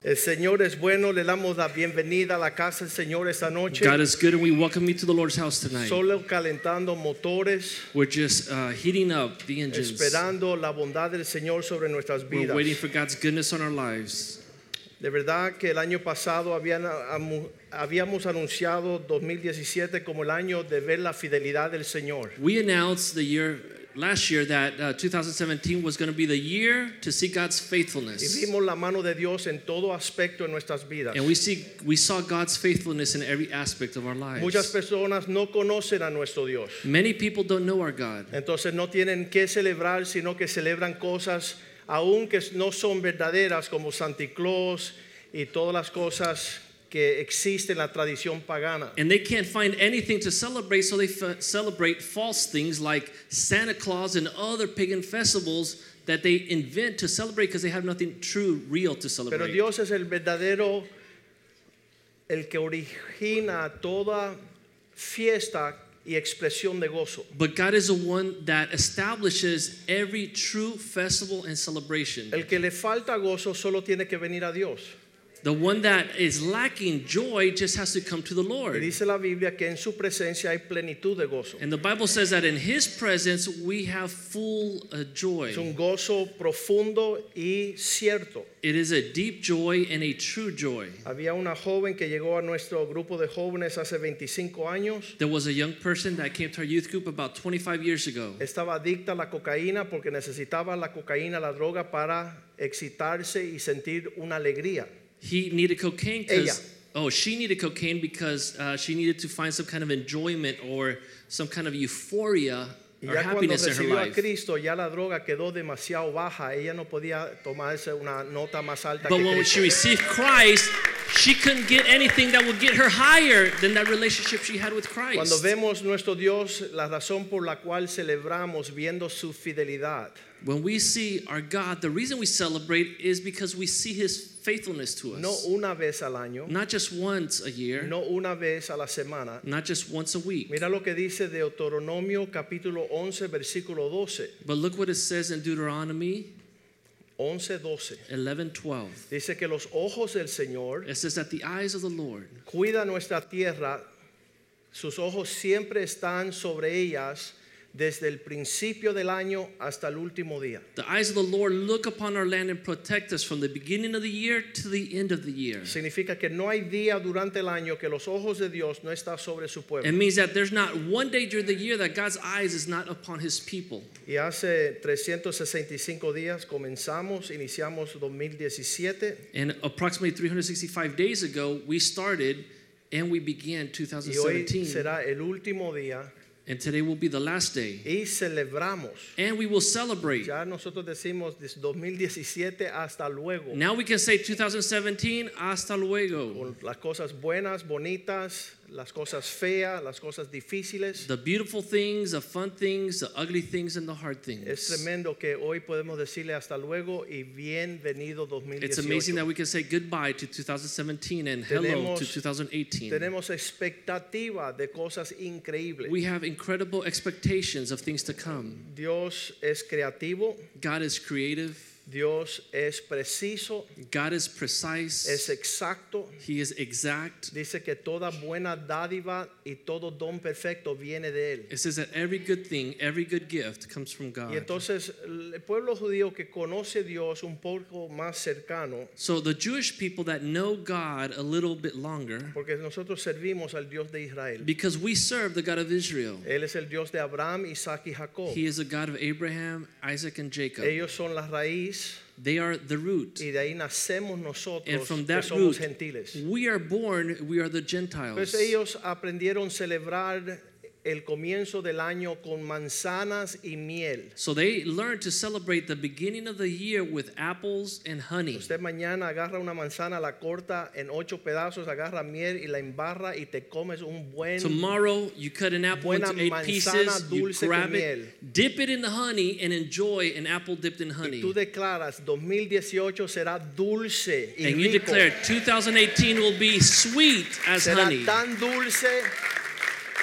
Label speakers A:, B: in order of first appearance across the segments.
A: El Señor es bueno, le damos la bienvenida a la casa del Señor esta noche.
B: God is good, and we welcome you to the Lord's house tonight.
A: Solo calentando motores,
B: We're just uh, heating up the engines.
A: esperando la bondad del Señor sobre nuestras
B: We're
A: vidas.
B: waiting for God's goodness on our lives.
A: De verdad que el año pasado habían amu- habíamos anunciado 2017 como el año de ver la fidelidad del Señor.
B: We announced the year last year that uh, 2017 was going to be the year to see God's
A: Y
B: faithfulness,
A: vimos la mano de Dios en todo aspecto de nuestras vidas.
B: and we see we saw God's faithfulness in every aspect of our
A: Muchas
B: lives.
A: personas no conocen a nuestro Dios.
B: Many people don't know our God,
A: Entonces no tienen que celebrar, sino que celebran cosas aun que no son verdaderas como Santa Claus y todas las cosas que existen en la tradición pagana.
B: and they can't find anything to celebrate, so they f- celebrate false things like Santa Claus and other pagan festivals that they invent to celebrate because they have nothing true, real
A: Pero
B: to celebrate.
A: Dios es el verdadero, el que origina toda fiesta y expresión de gozo.
B: But God is the one that establishes every true festival and celebration.
A: El que le falta gozo solo tiene que venir a Dios.
B: The one that is lacking joy just has to come to the
A: Y
B: Lord.
A: dice la Biblia que en su presencia hay plenitud de gozo.
B: And the Bible says that in His presence we have full uh,
A: Es
B: joy.
A: un gozo profundo y cierto.
B: It is a deep joy and a true joy.
A: Había una joven que llegó a nuestro grupo de jóvenes hace 25 años.
B: There was a young person that came to our youth group about 25 years ago.
A: Estaba adicta a la cocaína porque necesitaba la cocaína, la droga, para excitarse y sentir una alegría.
B: He needed cocaine
A: Ella.
B: because oh, she needed cocaine because uh, she needed to find some kind of enjoyment or some kind of euphoria
A: Y
B: or
A: ya cuando
B: happiness in her
A: recibió a
B: life.
A: Cristo, ya la droga quedó demasiado baja. Ella no podía tomarse una nota más alta
B: But
A: que
B: when she
A: Cristo.
B: received Christ, she couldn't get anything that would get her higher than that relationship she had with
A: Cuando
B: Christ.
A: vemos nuestro Dios, la razón por la cual celebramos viendo su fidelidad.
B: When we see our God, the reason we celebrate is because we see his faithfulness to
A: No
B: us.
A: una vez al año,
B: Not just once a year,
A: no una vez a la semana,
B: not just once a week.
A: Mira lo que dice Deuteronomio capítulo 11 versículo 12,
B: But look what it says in Deuteronomy
A: 11 12.
B: 11 12.
A: Dice que los ojos del Señor
B: It says that the eyes of the Lord,
A: cuida nuestra tierra, sus ojos siempre están sobre ellas desde el principio del año hasta el último día.
B: the eyes of the Lord look upon our land and protect us from the beginning of the year to the end of the year.
A: Significa que no hay día durante el año que los ojos de Dios no están sobre su
B: It
A: pueblo.
B: means that there's not one day during the year that God's eyes is not upon his people.
A: Y hace 365 días comenzamos, iniciamos 2017.
B: And approximately 365 days ago, we started and we began
A: Y hoy
B: 2017.
A: será el último día
B: And today will be the last day.
A: y celebramos
B: And we will celebrate.
A: Ya nosotros decimos desde 2017 hasta luego.
B: Now we can say 2017, hasta luego.
A: Con las cosas buenas, bonitas, las cosas feas, las cosas difíciles.
B: The beautiful things, the fun things, the ugly things, and the hard
A: Es
B: things.
A: tremendo que hoy podemos decirle hasta luego y bienvenido
B: It's amazing that
A: 2018.
B: we can say goodbye to 2017 and hello to
A: Tenemos-
B: 2018.
A: Tenemos expectativa de cosas increíbles.
B: We have incredible expectations of things to come.
A: Dios es creativo,
B: God is creative,
A: Dios es preciso,
B: God
A: es
B: is precise,
A: exacto.
B: He is exact.
A: Dice que toda buena dádiva y todo don perfecto viene de Él.
B: It says that every good thing, every good gift comes from
A: Y
B: God.
A: entonces el pueblo judío que conoce a Dios un poco más cercano,
B: So the Jewish people that know God a little bit longer,
A: porque nosotros servimos al Dios de Israel.
B: because we serve the God of Israel,
A: Él es el Dios de Abraham, Isaac y Jacob.
B: He is the God of Abraham, Isaac, and Jacob.
A: Ellos son la raíz
B: They are the root.
A: y de ahí nacemos
B: And
A: nosotros
B: from
A: que
B: that
A: somos
B: root,
A: gentiles.
B: we are born, we are the
A: Pues eh,
B: Gentiles.
A: ellos aprendieron a celebrar el comienzo del año con manzanas y miel.
B: So they learned to celebrate the beginning of the year with apples and honey.
A: Usted mañana agarra una manzana, la corta en ocho pedazos, agarra miel y la embarra y te comes un buen
B: Tomorrow, you cut an apple
A: Buena
B: into eight
A: manzana
B: pieces, you
A: dulce con
B: grab
A: miel.
B: it, dip it in the honey, and enjoy an apple dipped in
A: y tú
B: honey.
A: declaras 2018 será dulce y
B: And you
A: rico.
B: declare 2018 will be sweet as
A: será
B: honey.
A: tan dulce,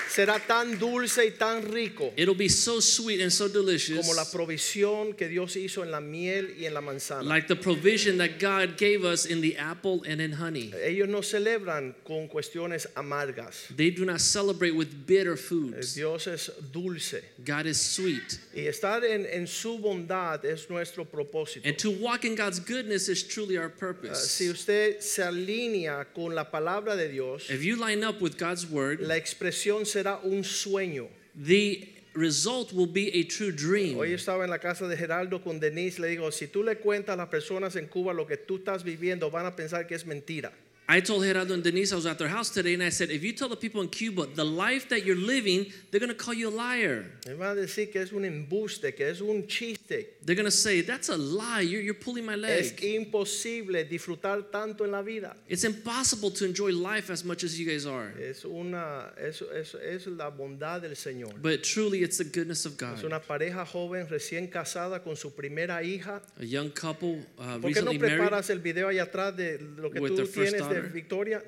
A: será tan dulce y tan rico
B: It'll be so sweet and so delicious,
A: como la provisión que Dios hizo en la miel y en la manzana.
B: like the provision that God gave us in the apple and in honey.
A: Ellos no celebran con cuestiones amargas.
B: They do not celebrate with bitter foods.
A: Dios es dulce.
B: God is sweet.
A: Y estar en, en su bondad es nuestro propósito.
B: And to walk in God's goodness is truly our
A: Uh,
B: purpose.
A: si usted se alinea con la palabra de Dios,
B: If you line up with God's word,
A: la expresión será un sueño.
B: the result will be a true
A: Hoy
B: dream.
A: estaba en la casa de Geraldo con Denise, le digo, si tú le cuentas a las personas en Cuba lo que tú estás viviendo, van a pensar que es mentira.
B: I told Gerardo and Denise, I was at their house today, and I said, if you tell the people in Cuba the life that you're living, they're going to call you a liar.
A: Me van a decir que es un embuste, que es un chiste.
B: They're going to say, that's a lie. You're, you're pulling my
A: Es
B: leg.
A: imposible disfrutar tanto en la vida.
B: It's impossible to enjoy life as much as you guys are.
A: Es, una, es, es- es la bondad del Señor.
B: But truly, it's the goodness of
A: Es
B: God.
A: una pareja joven recién casada con su primera hija.
B: A young couple uh,
A: ¿Por qué no
B: recently married.
A: preparas el video ahí atrás de lo que
B: With
A: tú
B: their first
A: tienes de
B: daughter.
A: Victoria?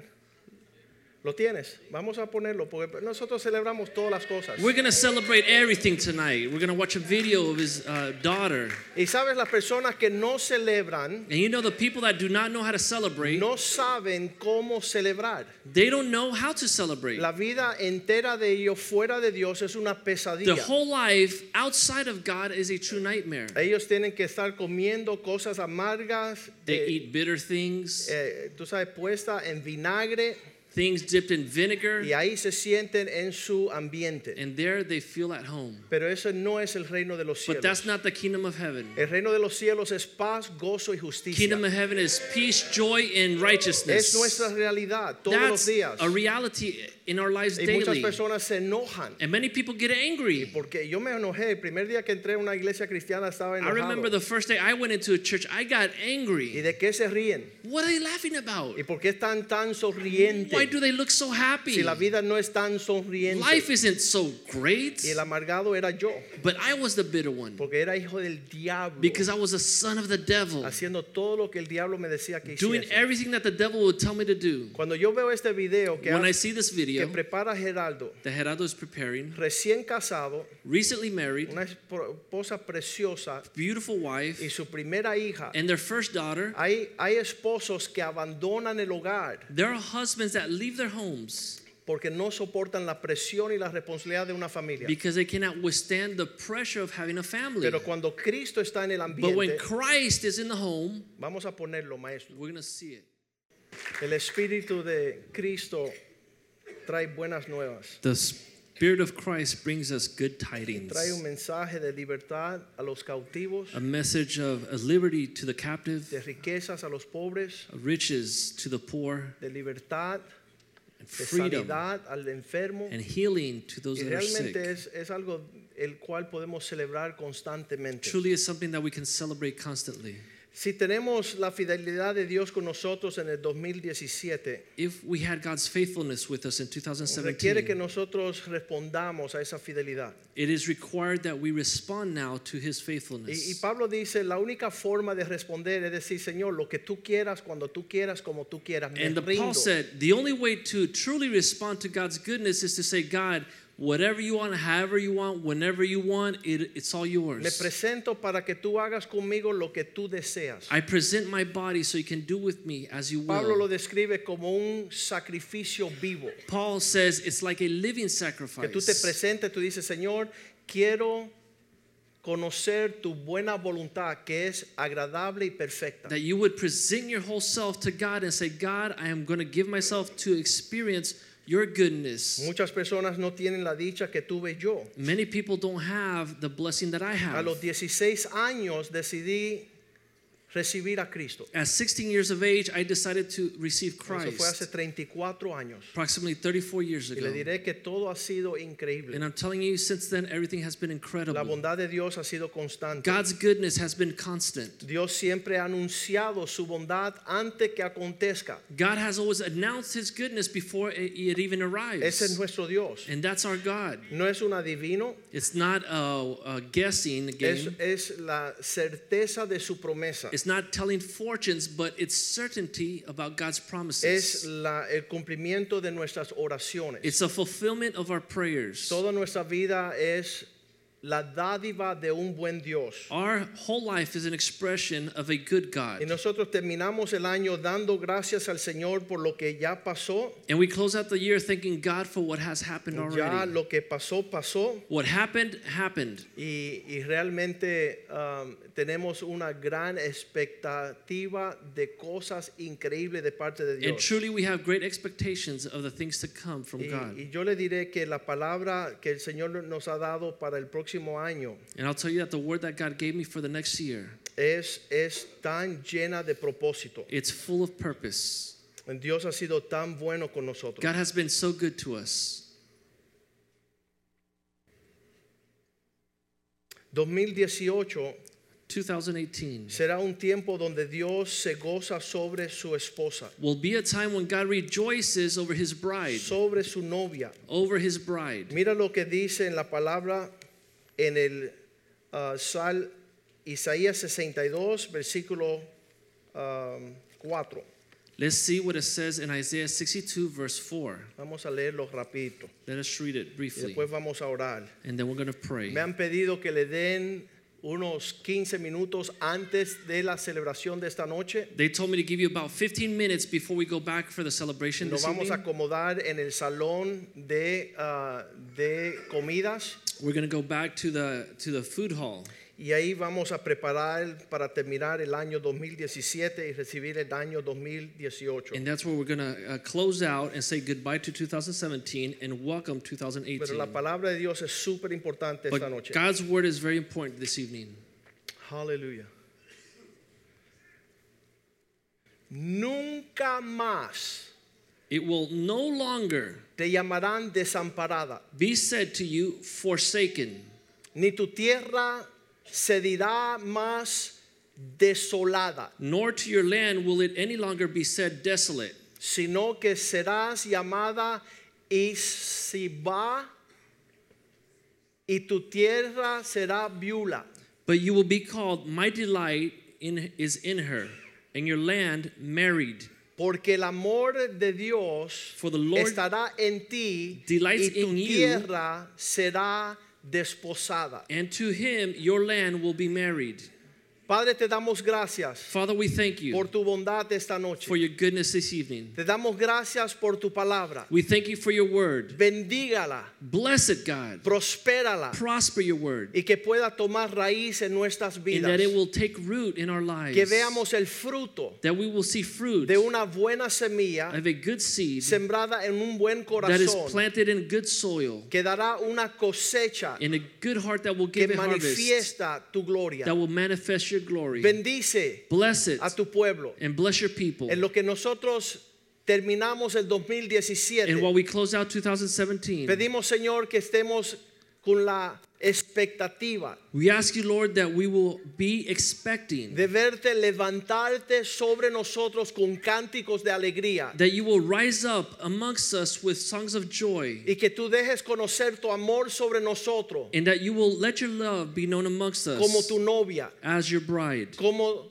A: Lo tienes. Vamos a ponerlo porque nosotros celebramos todas las cosas.
B: We're going to celebrate everything tonight. We're going to watch a video of his uh, daughter.
A: Y sabes, las personas que no celebran
B: And you know, the people that do not know how to celebrate,
A: no saben cómo celebrar.
B: they don't know how to celebrate.
A: La vida entera de ellos fuera de Dios es una
B: The
A: pesadilla.
B: whole life outside of God is a true nightmare.
A: Ellos tienen que estar comiendo cosas amargas,
B: They
A: eh,
B: eat bitter things,
A: eh, tú sabes, puesta en vinagre
B: things dipped in vinegar,
A: y ahí se sienten en su ambiente.
B: and there they feel at home.
A: Pero ese no es el reino de los
B: But that's
A: cielos.
B: not the kingdom of heaven.
A: El reino de los cielos es paz, gozo y justicia.
B: Kingdom of heaven is peace, joy, and righteousness.
A: Es nuestra realidad todos los
B: That's
A: días.
B: a reality in our lives
A: Y muchas
B: daily.
A: personas se enojan.
B: And many people get angry.
A: Porque yo me enojé, el primer día que entré a una iglesia cristiana estaba
B: I
A: enojado.
B: remember the first day I went into a church, I got
A: ¿Y
B: angry.
A: de qué se ríen?
B: What are they laughing about?
A: ¿Y por qué están tan sonrientes?
B: Why do they look so happy?
A: Si la vida no es tan sonriente.
B: Life isn't so great.
A: y el amargado era yo,
B: But I was the bitter one
A: porque era hijo del diablo,
B: because I was a son of the devil,
A: haciendo todo lo que el diablo me decía que
B: doing
A: hiciera.
B: everything that the devil would tell me to do.
A: Cuando yo veo este video que,
B: When I
A: hace-
B: see this
A: que
B: video
A: prepara Geraldo,
B: that Gerardo is preparing,
A: recién casado,
B: recently married,
A: una esposa preciosa
B: beautiful
A: y
B: wife,
A: su primera hija,
B: and their first daughter,
A: hay, hay esposos que abandonan el hogar
B: there are husbands that leave their homes
A: porque no soportan la presión y la responsabilidad de una familia.
B: because they cannot withstand the pressure of having a family.
A: Pero cuando Cristo está en el
B: But when
A: ambiente,
B: Christ is in the home,
A: vamos a ponerlo, maestro.
B: we're going to see it.
A: El Espíritu de Cristo trae buenas nuevas.
B: The Spirit of Christ brings us good tidings,
A: Trae un mensaje de libertad a los cautivos,
B: a message of liberty to the captive.
A: de riquezas a los pobres,
B: riches to the poor,
A: de libertad,
B: and
A: de
B: freedom
A: sanidad al enfermo.
B: and healing to those
A: Y
B: that are
A: realmente es,
B: sick.
A: es algo el cual podemos celebrar constantemente.
B: Truly is something that we can celebrate constantly.
A: Si tenemos la fidelidad de Dios con nosotros en el 2017,
B: If we had God's faithfulness with us in
A: requiere que
B: 2017,
A: nosotros respondamos a esa fidelidad.
B: it is required that we respond now to his
A: Y, y
B: faithfulness.
A: Pablo dice, la única forma de responder es decir, Señor, lo que tú quieras, cuando tú quieras, como tú quieras, me
B: And the
A: rindo.
B: Paul said, the only way to truly respond to God's goodness is to say, God, whatever you want, however you want, whenever you want, it, it's all
A: me
B: yours.
A: presento para que tú hagas conmigo lo que tú deseas.
B: I present my body so you can do with me as you
A: Pablo lo
B: will.
A: describe como un sacrificio vivo.
B: Paul says it's like a living
A: Que tú te
B: sacrifice.
A: presentes, tú dices, Señor, quiero conocer tu buena voluntad que es agradable y perfecta.
B: that you would present your whole self to God and say, God, I am going to give myself to experience your goodness.
A: Muchas personas no tienen la dicha que tuve yo.
B: Many people don't have the blessing that I
A: A
B: have.
A: los 16 años decidí recibir a Cristo.
B: At 16 years of age, I decided to receive
A: Eso fue hace
B: Christ
A: 34 años.
B: approximately 34 years
A: Y le
B: ago.
A: diré que todo ha sido increíble.
B: And I'm telling you, since then, everything has been
A: La
B: incredible.
A: bondad de Dios ha sido constante.
B: God's goodness has been constant.
A: Dios siempre ha anunciado su bondad antes que acontezca.
B: God has always announced His goodness before it it even
A: Ese es
B: arrives.
A: nuestro Dios.
B: And that's our God.
A: No es un adivino,
B: It's not a, a guessing
A: es,
B: game.
A: es la certeza de su promesa.
B: It's not telling fortunes, but it's certainty about God's
A: Es
B: promises.
A: la- el cumplimiento de nuestras oraciones.
B: It's a fulfillment of our prayers.
A: Toda nuestra vida es la dádiva de un buen Dios.
B: Our whole life is an expression of a good
A: Y
B: God.
A: nosotros terminamos el año dando gracias al Señor por lo que ya pasó.
B: And we close out the year thanking God for what has happened
A: Ya
B: already.
A: lo que pasó, pasó.
B: What happened, happened.
A: Y, y realmente um, tenemos una gran expectativa de cosas increíbles de parte de
B: And
A: Dios.
B: truly, we have great expectations of the things to come from
A: Y,
B: God.
A: y yo le diré que la palabra que el Señor nos ha dado para el próximo año
B: And I'll tell you that the word that God gave me for the next year,
A: es, es tan llena de propósito.
B: it's full of purpose.
A: Dios ha sido tan bueno con nosotros.
B: God has been so good to us.
A: 2018
B: 2018
A: será un tiempo donde Dios se goza sobre su esposa,
B: will be a time when God rejoices over his bride,
A: sobre su novia.
B: over his bride.
A: Mira lo que dice en la palabra en el uh, Sal Isaías 62, versículo um, 4.
B: Let's see what it says in Isaiah 62, verse 4.
A: Vamos a leerlo rapidito
B: Let us read it
A: y
B: briefly,
A: después vamos a orar.
B: and then we're going to pray.
A: Me han pedido que le den unos 15 minutos antes de la celebración de esta noche.
B: They told me to give you about 15 minutes before we go back for the celebration
A: Nos
B: this
A: vamos a
B: evening.
A: acomodar en el salón de, ah, de comidas
B: We're going to go back to the to the food hall,
A: y ahí vamos a preparar para terminar el año 2017 y recibir el año 2018.
B: and that's where we're going to uh, close out and say goodbye to 2017 and welcome
A: Pero
B: 2018.
A: la palabra de Dios es súper importante esta
B: But
A: noche.
B: God's word is very important this evening.
A: Aleluya. Nunca más
B: It will no longer
A: te llamarán desamparada,
B: be said to you forsaken,
A: ni tu tierra se dirá más desolada,
B: nor to your land will it any longer be said desolate,
A: sino que serás llamada Isiba y tu tierra será viula.
B: but you will be called my delight in, is in her, and your land married.
A: Porque el amor de Dios
B: For the Lord
A: estará en ti y
B: delights
A: tu
B: in you.
A: tierra será desposada.
B: And to him your land will be married.
A: Padre, te damos gracias
B: Father, we thank
A: por
B: you
A: tu bondad esta noche.
B: for your goodness this evening.
A: Te damos gracias por tu palabra.
B: We thank you for your word.
A: Bendígala,
B: Bless it, God.
A: prospérala
B: Prosper your word,
A: y que pueda tomar raíz en nuestras
B: and
A: vidas.
B: that it will take root in our lives.
A: Que veamos el fruto
B: that we will see fruit
A: de una buena semilla
B: of a good seed
A: sembrada en un buen
B: that is
A: corazón
B: planted in good soil,
A: que dará una cosecha
B: in a good heart that will
A: que
B: give a harvest,
A: manifiesta tu gloria.
B: that will manifest your glory.
A: Bendice
B: Bless it
A: a tu pueblo.
B: and bless your people.
A: En lo que nosotros terminamos el
B: And
A: 2017,
B: while we close out 2017,
A: pedimos Señor que estemos con la expectativa
B: we ask you, Lord, that we will be expecting
A: de verte levantarte sobre nosotros con cánticos de alegría
B: that you will rise up amongst us with songs of joy,
A: y que tú dejes conocer tu amor sobre nosotros
B: and that you will let your love be known amongst
A: como
B: us
A: tu novia,
B: as your bride,
A: como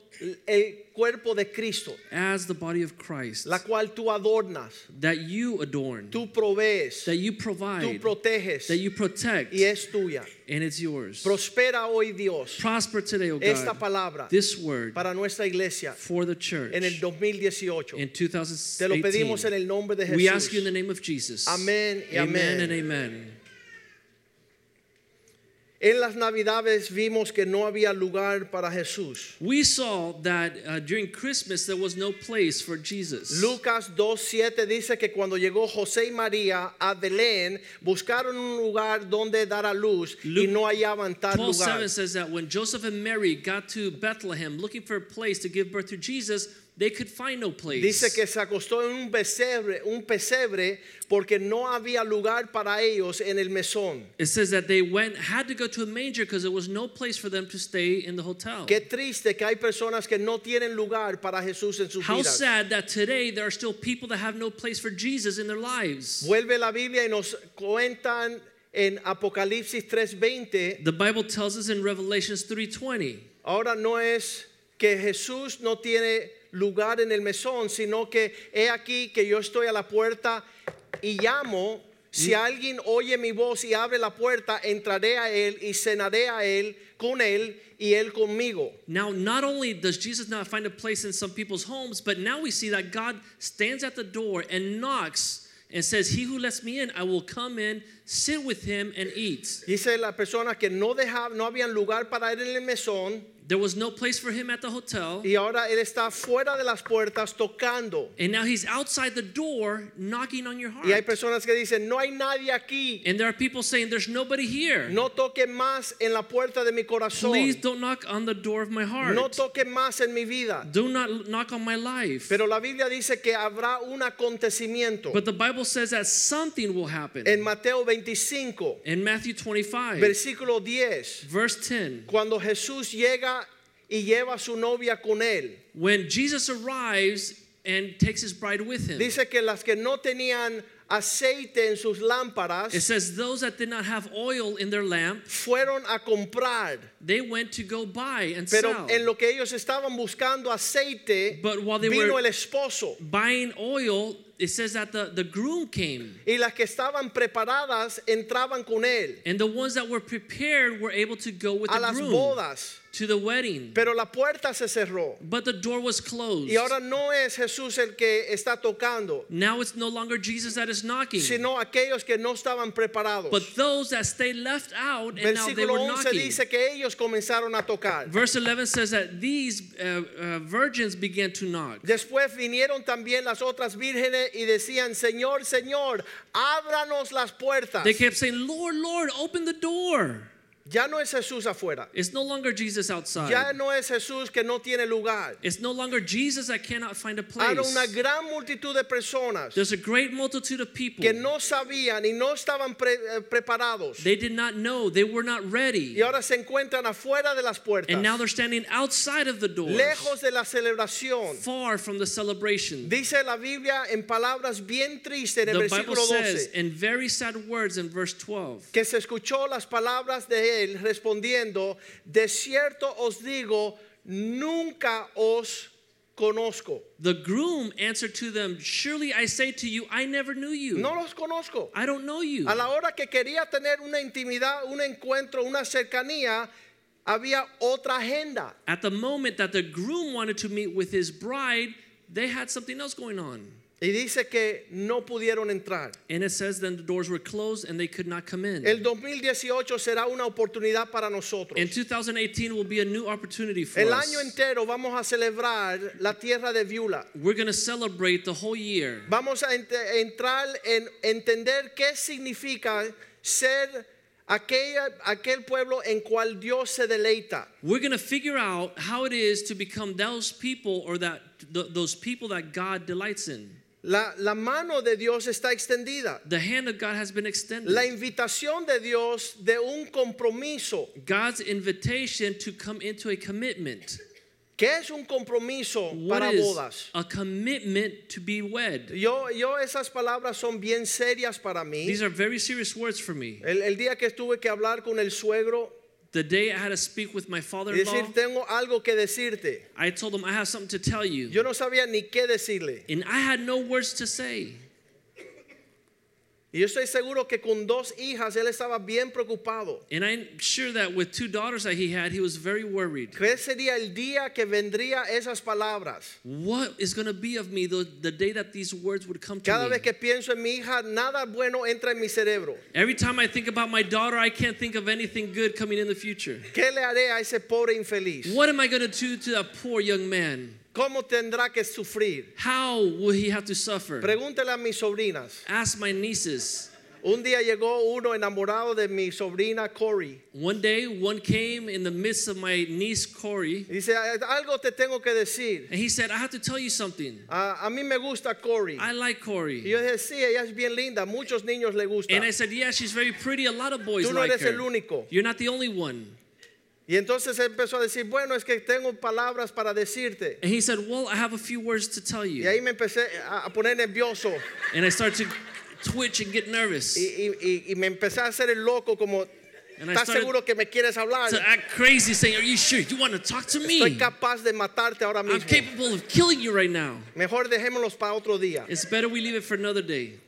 A: el cuerpo de Cristo,
B: as the body of Christ,
A: la cual tú adornas,
B: that you adorn,
A: tú provees,
B: that you
A: tú
B: provide,
A: proteges
B: that you protect,
A: y es tuya.
B: and it's yours.
A: Prospera hoy Dios
B: Prosper today, O
A: esta
B: God,
A: palabra
B: this word
A: para nuestra iglesia
B: for the church
A: en el 2018.
B: in
A: Te lo pedimos en
B: 2018.
A: el nombre de
B: We ask you in the
A: Jesús.
B: name of Jesus.
A: Amén y amén.
B: Amen and amen.
A: En las Navidades vimos que no había lugar para Jesús.
B: We saw that uh, during Christmas there was no place for Jesus.
A: Lucas 2.7 dice que cuando llegó José y María a Belén, buscaron un lugar donde dar a luz y
B: Luke
A: no hallaban tal
B: 12
A: lugar.
B: 7 says that when Joseph and Mary got to Bethlehem looking for a place to give birth to Jesus, they could find no place.
A: Dice que se acostó en un pesebre, un pesebre porque no había lugar para ellos en el mesón.
B: it says that they went had to go to a manger because there was no place for them to stay in the hotel.
A: Qué triste que hay personas que no tienen lugar para Jesús en sus
B: How
A: vidas.
B: sad that today there are still people that have no place for Jesus in their lives.
A: Vuelve la Biblia y nos cuentan en Apocalipsis 3:20,
B: The Bible tells us in Revelations 3:20.
A: ahora no es que Jesús no tiene lugar en el mesón, sino que he aquí que yo estoy a la puerta y llamo. Si alguien oye mi voz y abre la puerta, entraré a él y cenaré a él con él y él conmigo.
B: Now, not only does Jesus not find a place in some people's homes, but now we see that God stands at the door and knocks and says, He who lets me in, I will come in, sit with him, and eat.
A: Dice la persona que no dejaba, no habían lugar para él en el mesón
B: There was no place for him at the hotel,
A: y ahora él está fuera de las puertas tocando.
B: and now he's outside the door knocking on your heart.
A: Y hay personas que dicen, no hay nadie aquí.
B: And there are people saying, There's nobody here.
A: No toque más en la puerta de mi corazón.
B: Please don't knock on the door of my heart.
A: No toque más en mi vida.
B: Do not knock on my life.
A: Pero la Biblia dice que habrá un acontecimiento.
B: But the Bible says that something will happen.
A: En Mateo 25,
B: in Matthew 25,
A: versículo 10,
B: verse 10,
A: cuando Jesús llega y lleva a su novia con él,
B: when Jesus arrives and takes his bride with him,
A: dice que las que no tenían aceite en sus lámparas
B: it says those that did not have oil in their lamp,
A: fueron a comprar.
B: they went to go buy and
A: Pero
B: sell.
A: en lo que ellos estaban buscando aceite,
B: But while they
A: vino
B: were-
A: el esposo.
B: Buying oil, it says that the, the groom came,
A: Y las que estaban preparadas entraban con él.
B: and the ones that were prepared were able to go with
A: a
B: the
A: las
B: groom
A: bodas,
B: to the wedding.
A: pero la puerta se cerró.
B: but the door was closed.
A: Y ahora no es Jesús el que está tocando,
B: now it's no longer Jesus that is knocking.
A: sino aquellos que no estaban preparados.
B: But those that stay left out and now they
A: Versículo
B: were
A: 11
B: knocking.
A: dice que ellos comenzaron a tocar.
B: Verse 11 says that these uh, uh, virgins began to knock.
A: Después vinieron también las otras vírgenes y decían, Señor, Señor, ábranos las puertas.
B: They kept saying, Lord, Lord, open the door.
A: Ya no es Jesús afuera.
B: It's no longer Jesus outside.
A: Ya no es Jesús que no tiene lugar.
B: It's no longer Jesus that cannot find a
A: Ahora una
B: place.
A: gran multitud de personas
B: There's a great multitude of people.
A: que no sabían y no estaban pre- eh, preparados.
B: They did not know. They were not
A: Y
B: ready.
A: ahora se encuentran afuera de las puertas,
B: And now they're standing outside of the door,
A: lejos de la celebración.
B: far from the celebration.
A: Dice la Biblia en palabras bien tristes en el
B: The Bible
A: versículo 12
B: says in very sad words in verse 12.
A: que se escuchó las palabras de él respondiendo, de cierto os digo, nunca os conozco.
B: The groom answered to them, Surely I say to you, I never knew you.
A: No los conozco.
B: I don't know you.
A: A la hora que quería tener una intimidad, un encuentro, una cercanía, había otra agenda.
B: At the moment that the groom wanted to meet with his bride, they had something else going on.
A: Y dice que no pudieron entrar.
B: And it says then the doors were closed and they could not come in.
A: El 2018 será una oportunidad para nosotros.
B: and 2018 will be a new opportunity for
A: El
B: us.
A: año entero vamos a celebrar la tierra de Viula.
B: We're going to celebrate the whole year.
A: Vamos a ent- entrar en entender qué significa ser aquella, aquel pueblo en cual Dios se deleita.
B: We're going to figure out how it is to become those people or that th- those people that God delights in.
A: La, la mano de Dios está extendida.
B: The hand of God has been extended.
A: La invitación de Dios de un compromiso.
B: God's invitation to come into a commitment.
A: ¿Qué es un compromiso
B: What
A: para
B: is
A: bodas?
B: a commitment to be wed?
A: Yo, yo esas palabras son bien serias para mí.
B: These are very serious words for me.
A: El, el día que tuve que hablar con el suegro
B: The day I had to speak with my
A: y
B: father-in-law,
A: decir, tengo algo que decirte.
B: I told him I have something to tell you,
A: Yo no sabía ni qué decirle.
B: and I had no words to say.
A: Y yo estoy seguro que con dos hijas él estaba bien preocupado.
B: And I'm sure that with two daughters that he had, he was very worried.
A: ¿Qué sería el día que vendría esas palabras?
B: What is going to be of me the, the day that these words would come to
A: Cada
B: me?
A: vez que pienso en mi hija, nada bueno entra en mi cerebro.
B: Every time I think about my daughter, I can't think of anything good coming in the future.
A: ¿Qué le haré a ese pobre infeliz?
B: What am I going to do to that poor young man?
A: ¿Cómo tendrá que sufrir?
B: How will he have to suffer?
A: Pregúntele a mis sobrinas.
B: Ask my nieces.
A: Un día llegó uno enamorado de mi sobrina Corey.
B: One day, one came in the midst of my niece Corey,
A: Dice, algo te tengo que decir.
B: and he said, "I have to tell you something.
A: A, a mí me gusta Corey.
B: I like
A: Y
B: Corey."
A: yo dije, sí, ella es bien linda. Muchos niños le gusta.
B: And I said, "Yeah, she's very pretty. A lot of boys
A: Tú no
B: like
A: eres
B: her.
A: el único.
B: You're not the only one."
A: Y entonces él empezó a decir, bueno, es que tengo palabras para decirte.
B: And he said, "Well, I have a few words to tell
A: Y
B: you."
A: ahí me empecé a a poner nervioso
B: And I start to twitch and get nervous.
A: y, y- y- y me empecé a hacer el loco como,
B: And I
A: ¿estás
B: started
A: seguro que me quieres hablar?
B: to act crazy, saying, Are you sure? You want to talk to
A: Estoy
B: me?
A: capaz de matarte ahora
B: I'm
A: mismo.
B: capable of killing you right now.
A: Mejor dejémoslos para otro día.
B: It's better we leave it for another day.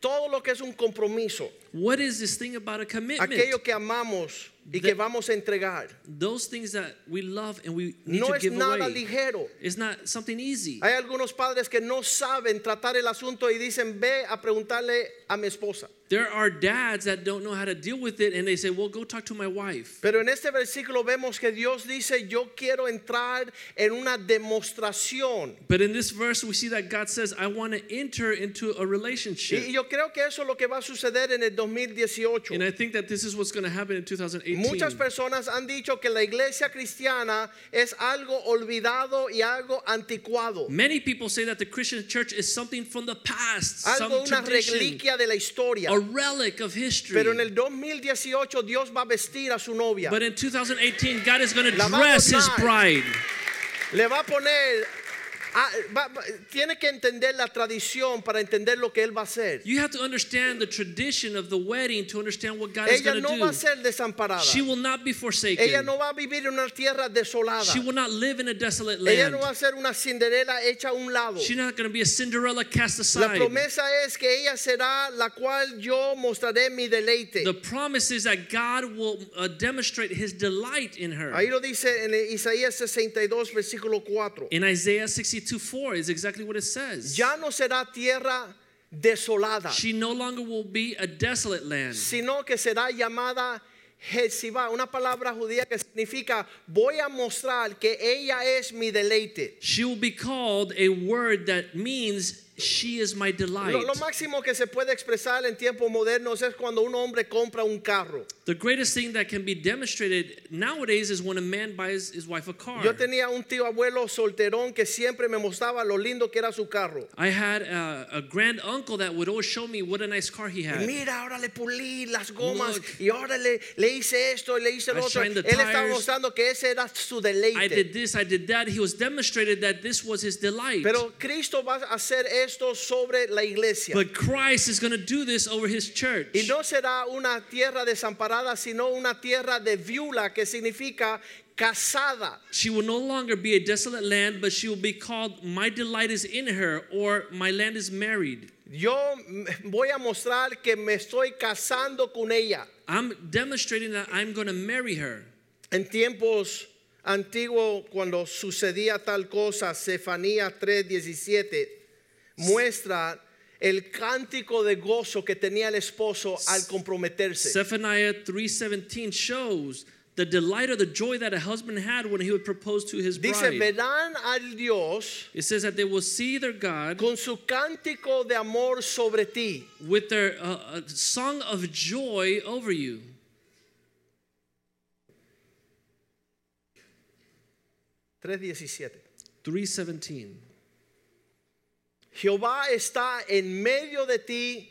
A: Todo lo que es un compromiso,
B: What is this thing about a commitment?
A: aquello que amamos y que
B: That-
A: vamos a entregar,
B: Those things that we love and we need
A: no
B: to
A: es
B: give
A: nada
B: away.
A: ligero.
B: It's not something easy.
A: Hay algunos padres que no saben tratar el asunto y dicen, ve a preguntarle a mi esposa.
B: There are dads that don't know how to deal with it and they say, Well, go talk to my wife.
A: Pero en este versículo vemos que Dios dice, yo quiero entrar en una demostración.
B: But in this verse, we see that God says, I want to enter into a
A: Y-
B: relationship.
A: Y yo creo que eso es lo que va a suceder en el 2018.
B: And I think that this is what's going to happen in 2018.
A: Muchas personas han dicho que la iglesia cristiana es algo olvidado y algo anticuado.
B: Many people say that the Christian church is something from the past,
A: Algo,
B: some
A: una
B: tradition,
A: reliquia de la historia.
B: a relic of history.
A: Pero en el 2018 Dios va a vestir a su novia.
B: but in 2018, God is going to
A: La vamos
B: dress His
A: a dar.
B: bride.
A: Le va a poner... ah, va- va- tiene que entender la tradición para entender lo que Él va a hacer.
B: You have to understand the tradition of the wedding to understand what God is
A: Ella
B: going to
A: no va a
B: do.
A: ser desamparada.
B: She will not be forsaken.
A: Ella no va a vivir en una tierra desolada.
B: she will not live in a desolate
A: Ella
B: land.
A: no va a ser una cinderela hecha a un lado.
B: She's not going to be a Cinderella cast
A: La
B: aside.
A: promesa es que ella será la cual yo mostraré mi deleite.
B: the promise is that God will uh, demonstrate His delight in her.
A: Ahí lo dice en Isaías 62, versículo 4.
B: in Isaiah 62 4 is exactly what it says.
A: Ya no será tierra desolada,
B: She no longer will be a desolate land.
A: sino que será llamada Jezibá, una palabra judía que significa voy a mostrar que ella es mi deleite.
B: She will be called a word that means she is my delight.
A: Lo, lo máximo que se puede expresar en tiempos modernos es cuando un hombre compra un carro.
B: the greatest thing that can be demonstrated nowadays is when a man buys his wife a car.
A: Yo tenía un tío abuelo solterón que siempre me mostraba lo lindo que era su carro.
B: I had a, a grand uncle that would always show me what a nice car he
A: Y
B: had.
A: Mira, ahora le pulí las gomas
B: Look.
A: y ahora le, le hice esto y le hice
B: I
A: lo otro. Él
B: shined the
A: estaba
B: tires.
A: mostrando que ese era su
B: I did
A: deleite.
B: this, I did that. He was demonstrated that this was his delight.
A: Pero Cristo va a hacer esto sobre la iglesia.
B: but Christ is going to do this over his church.
A: Y no será una tierra desamparada, sino una tierra de viula, que significa casada.
B: she will no longer be a desolate land, but she will be called, My delight is in her, or My land is married.
A: Yo mm, voy a mostrar que me estoy casando con ella.
B: I'm demonstrating that I'm going to marry her.
A: En tiempos antiguos, cuando sucedía tal cosa, Cefanía 3:17 muestra el cántico de gozo que tenía el esposo al comprometerse.
B: Zephaniah 3:17 shows the delight or the joy that a husband had when he would propose to his
A: Dice,
B: bride.
A: verán al Dios
B: It says that they will see their God
A: con su cántico de amor sobre ti.
B: with their uh, uh, song of joy over you.
A: " 3:17.
B: 3:17.
A: Jehová está en medio de ti,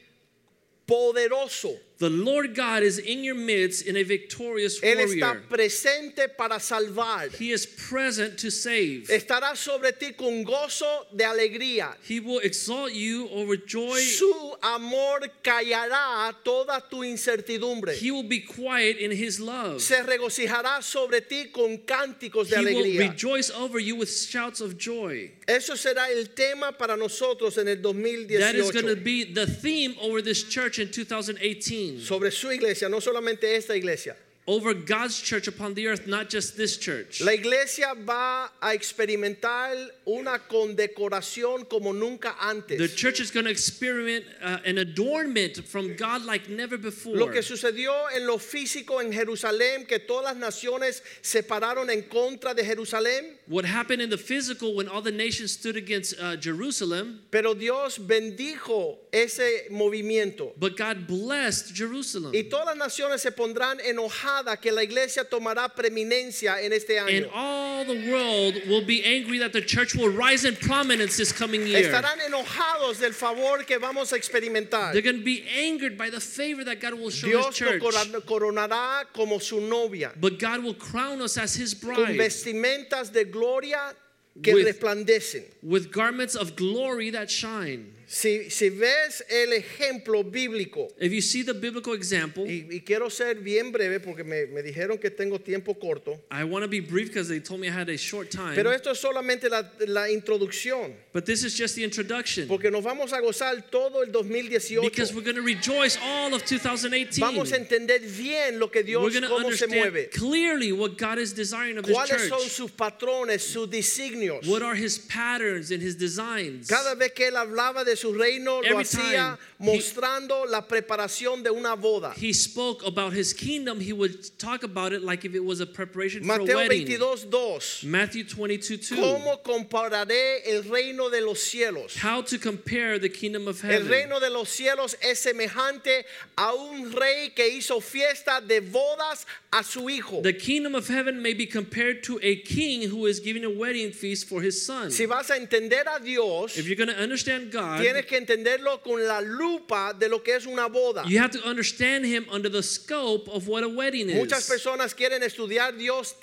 A: poderoso.
B: The Lord God is in your midst in a victorious
A: Él está
B: warrior.
A: presente para salvar.
B: He is present to save.
A: Estará sobre ti con gozo de alegría.
B: He will exalt you over joy.
A: Su amor callará toda tu incertidumbre.
B: He will be quiet in his love.
A: Se regocijará sobre ti con cánticos de
B: He will
A: alegría.
B: rejoice over you with shouts of joy.
A: Eso será el tema para nosotros en el
B: That is going to
A: 2018.
B: be the theme over this church in 2018.
A: Sobre su iglesia, no solamente esta iglesia.
B: Over God's church upon the earth, not just this church.
A: La iglesia va a experimentar una condecoración como nunca
B: The
A: antes.
B: church is going to experiment uh, an adornment from God like never
A: Lo
B: before.
A: que sucedió en lo físico en Jerusalén, que todas las naciones se pararon en contra de Jerusalén,
B: What happened in the physical when all the nations stood against uh, Jerusalem,
A: pero Dios bendijo ese movimiento.
B: but God blessed Jerusalem.
A: Y todas las naciones se pondrán enojadas que la iglesia tomará preeminencia en este
B: And
A: año.
B: all the world will be angry that the church will rise in prominence this coming year.
A: Estarán enojados del favor que vamos a experimentar.
B: They're going to be angered by the favor that God will show His
A: Dios lo
B: church.
A: cora- coronará como su novia,
B: But God will crown us as His
A: con
B: bride
A: vestimentas de gloria que
B: With-
A: resplandecen.
B: with garments of glory that shine.
A: Si, si ves el ejemplo bíblico,
B: If you see the biblical example,
A: y, y quiero ser bien breve porque me, me dijeron que tengo tiempo corto,
B: I want to be brief because they told me I had a short time.
A: pero esto es solamente la, la introducción,
B: But this is just the introduction
A: porque nos vamos a gozar todo el
B: because
A: 2018.
B: we're going to rejoice all of 2018.
A: Vamos a entender bien lo que
B: we're
A: Dios,
B: going to
A: cómo se
B: understand
A: mueve,
B: clearly what God is desiring of His
A: cuáles son
B: church.
A: sus patrones, sus designios.
B: What are His patterns and His designs?
A: Cada vez que él hablaba de su reino, lo
B: Every
A: hacía
B: time he-
A: mostrando la preparación de una boda.
B: He spoke about His kingdom. He would talk about it like if it was a preparation for a
A: Mateo
B: wedding.
A: 22, 2.
B: Matthew 22 2.
A: ¿Cómo compararé el reino de los cielos?
B: How to compare the kingdom of
A: El
B: heaven.
A: reino de los cielos es semejante a un rey que hizo fiesta de bodas a su hijo.
B: The kingdom of heaven may be compared to a king who is giving a wedding feast for his son.
A: Si vas a entender a Dios,
B: If you're going to understand God,
A: tienes que entenderlo con la lupa de lo que es una boda.
B: you have to understand him under the scope of what a wedding is.
A: Muchas personas quieren estudiar Dios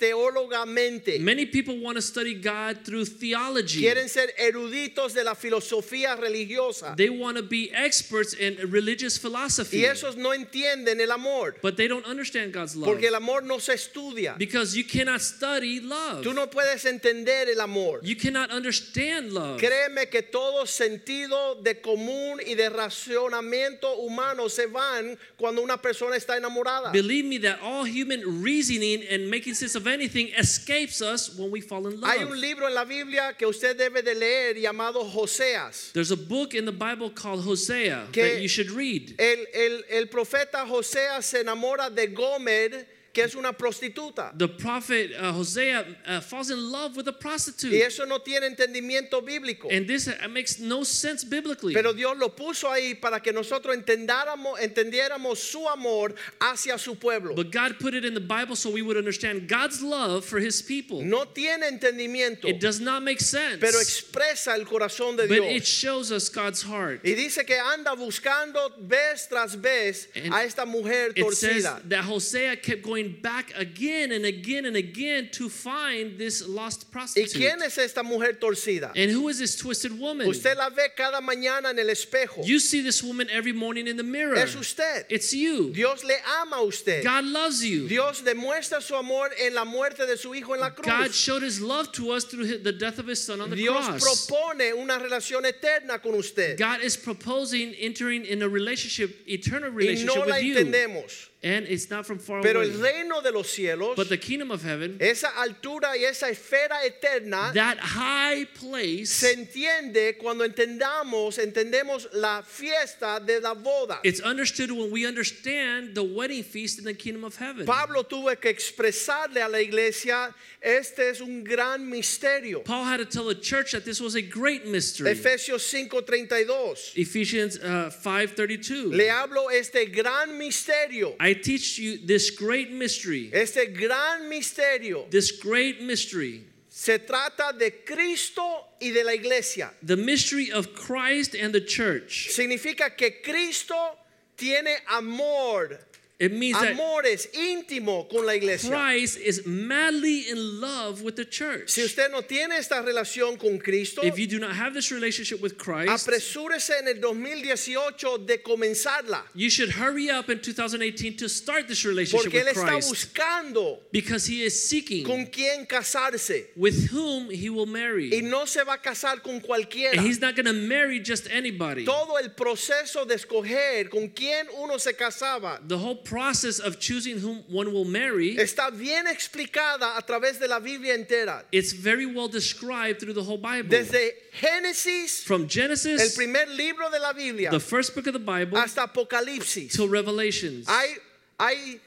A: teólogamente.
B: Many people want to study God through theology.
A: Quieren ser eruditos de la filosofía religiosa.
B: They want to be experts in religious philosophy.
A: Y esos no entienden el amor.
B: But they don't understand God's love.
A: Porque el amor no se estudia.
B: Because you cannot study love.
A: Tú no puedes entender el amor.
B: You cannot understand love.
A: Créeme que todo sentido de común y de racionamiento humano se van cuando una persona está enamorada.
B: Believe me that all human reasoning and making sense of anything escapes us when we fall in love.
A: Hay un libro en la Biblia que usted debe de leer llamado Joseas.
B: There's a book in the Bible called Hosea
A: Que-
B: that you should read.
A: El, el- el profeta Joseas se enamora de Gomer, que es una prostituta.
B: The prophet uh, Hosea uh, falls in love with a prostitute.
A: Y eso no tiene entendimiento bíblico.
B: And this uh, makes no sense biblically.
A: Pero Dios lo puso ahí para que nosotros entendáramos, entendiéramos su amor hacia su pueblo.
B: but God put it in the Bible so we would understand God's love for his people.
A: No tiene entendimiento,
B: It does not make sense.
A: pero expresa el corazón de
B: but it
A: Dios.
B: shows us God's heart.
A: Y dice que anda buscando vez tras vez
B: And
A: a esta mujer
B: It says
A: torcida.
B: that Hosea kept going back again and again and again to find this lost
A: ¿Y
B: prostitute.
A: quién es esta mujer torcida?
B: and who is this twisted woman?
A: Usted la ve cada mañana en el espejo.
B: you see this woman every morning in the mirror.
A: Es usted.
B: It's you.
A: Dios le ama a usted.
B: God loves you.
A: Dios demuestra su amor en la muerte de su hijo en la
B: God
A: cruz.
B: showed his love to us through his- the death of his son on the
A: Dios
B: cross.
A: propone una relación eterna con usted.
B: God is proposing entering in a relationship, eternal
A: y
B: relationship
A: no la
B: with you.
A: entendemos.
B: And it's not from far
A: Pero el
B: away.
A: reino de los cielos,
B: But the kingdom of heaven,
A: esa altura y esa esfera eterna,
B: that high place,
A: se entiende cuando entendamos, entendemos la fiesta de la boda.
B: it's understood when we understand the wedding feast in the kingdom of heaven.
A: Pablo tuvo que expresarle a la iglesia, este es un gran misterio.
B: Paul had to tell the church that this was a great mystery.
A: Efesios 5:32.
B: Ephesians uh, 5.32.
A: Le hablo este gran misterio,
B: I teach you this great mystery.
A: este gran misterio.
B: This great mystery.
A: Se trata de Cristo y de la iglesia.
B: The mystery of Christ and the church.
A: significa que Cristo tiene amor,
B: It means that
A: amores íntimo con la iglesia.
B: Christ is madly in love with the church.
A: Si usted no tiene esta relación con Cristo,
B: If you do not have this relationship with Christ,
A: apresúrese en el 2018 de comenzarla,
B: you should hurry up in 2018 to start this relationship
A: porque él
B: with
A: está
B: Christ
A: buscando
B: because he is
A: con
B: seeking
A: quién casarse
B: with whom he will
A: y
B: marry.
A: no se va a casar con cualquiera.
B: And he's not going to marry just anybody.
A: Todo el proceso de escoger con quién uno se casaba
B: The whole process of choosing whom one will marry,
A: está bien explicada a través de la Biblia entera.
B: it's very well described through the whole Bible.
A: Desde Génesis,
B: From
A: el
B: Genesis,
A: primer libro de la Biblia,
B: the first book of the Bible,
A: hasta Apocalipsis.
B: till Revelations.
A: Hay, hay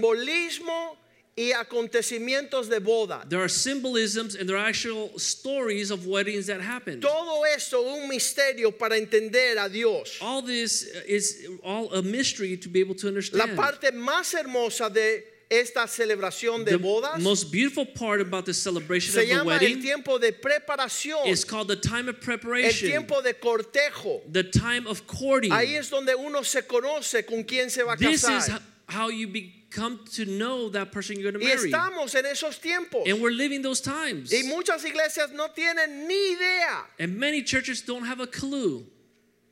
A: simbolismo y acontecimientos de boda.
B: There are symbolisms and there are actual stories of weddings that happened.
A: Todo esto un misterio para entender a Dios.
B: All this is all a mystery to be able to
A: La
B: understand.
A: parte más hermosa de esta celebración de
B: the
A: bodas
B: most beautiful part about the celebration
A: se
B: of the
A: llama el
B: wedding
A: tiempo de preparación,
B: is called the time of
A: el
B: preparation,
A: tiempo de cortejo.
B: the time of courting.
A: Ahí es donde uno se conoce con quién se va a
B: this
A: casar.
B: is ho- how you become to know that person you're going
A: Y
B: to marry.
A: estamos en esos tiempos.
B: And we're living those times.
A: Y muchas iglesias no tienen ni idea
B: and many churches don't have a clue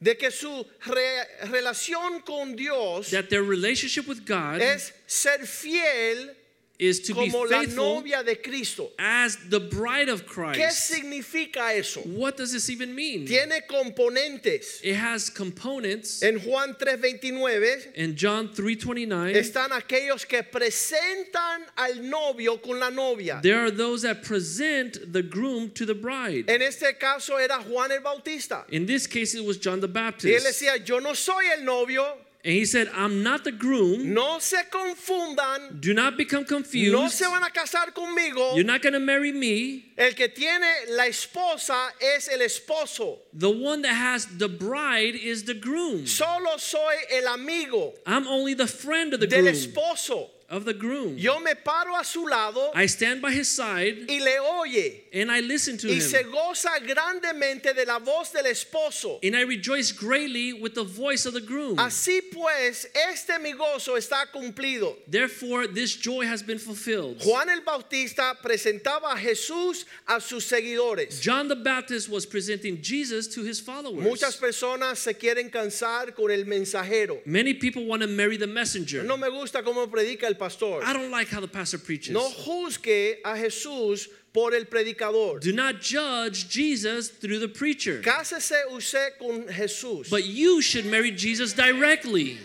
A: de que su re- relación con Dios
B: that their relationship with God
A: es ser fiel
B: is to be
A: como la
B: faithful
A: novia de Cristo.
B: as the bride of
A: ¿Qué
B: Christ.
A: significa eso?
B: What does this even mean?
A: Tiene componentes.
B: It has components.
A: En Juan 3:29
B: In John 3:29,
A: están aquellos que presentan al novio con la novia.
B: there are those that present the groom to the bride.
A: En este caso era Juan el Bautista.
B: In this case, it was John the
A: Y él
B: Baptist.
A: decía, yo no soy el novio,
B: And he said, I'm not the groom.
A: no se confundan.
B: Do not become
A: No
B: confused.
A: se van a casar conmigo.
B: You're not going to marry me.
A: El que tiene la esposa es el esposo.
B: The one that has the bride is the groom.
A: Solo soy el amigo
B: I'm only the friend of the
A: del
B: groom.
A: esposo.
B: Of the groom.
A: Yo me paro a su lado
B: I stand by his side
A: y le oye
B: and I listen to
A: y se
B: him.
A: goza grandemente de la voz del esposo.
B: And I rejoice greatly with the voice of the groom.
A: Así pues, este mi gozo está cumplido.
B: Therefore, this joy has been fulfilled.
A: Juan el Bautista presentaba a Jesús a sus seguidores.
B: John the Baptist was presenting Jesus to his followers.
A: Muchas personas se quieren cansar con el mensajero.
B: Many people want to marry the messenger.
A: No me gusta cómo predica el pastor.
B: I don't like how the pastor preaches.
A: No juzgue a Jesús por el predicador.
B: Do not judge Jesus through the preacher.
A: Cásese usted con Jesús.
B: But you should marry Jesus directly.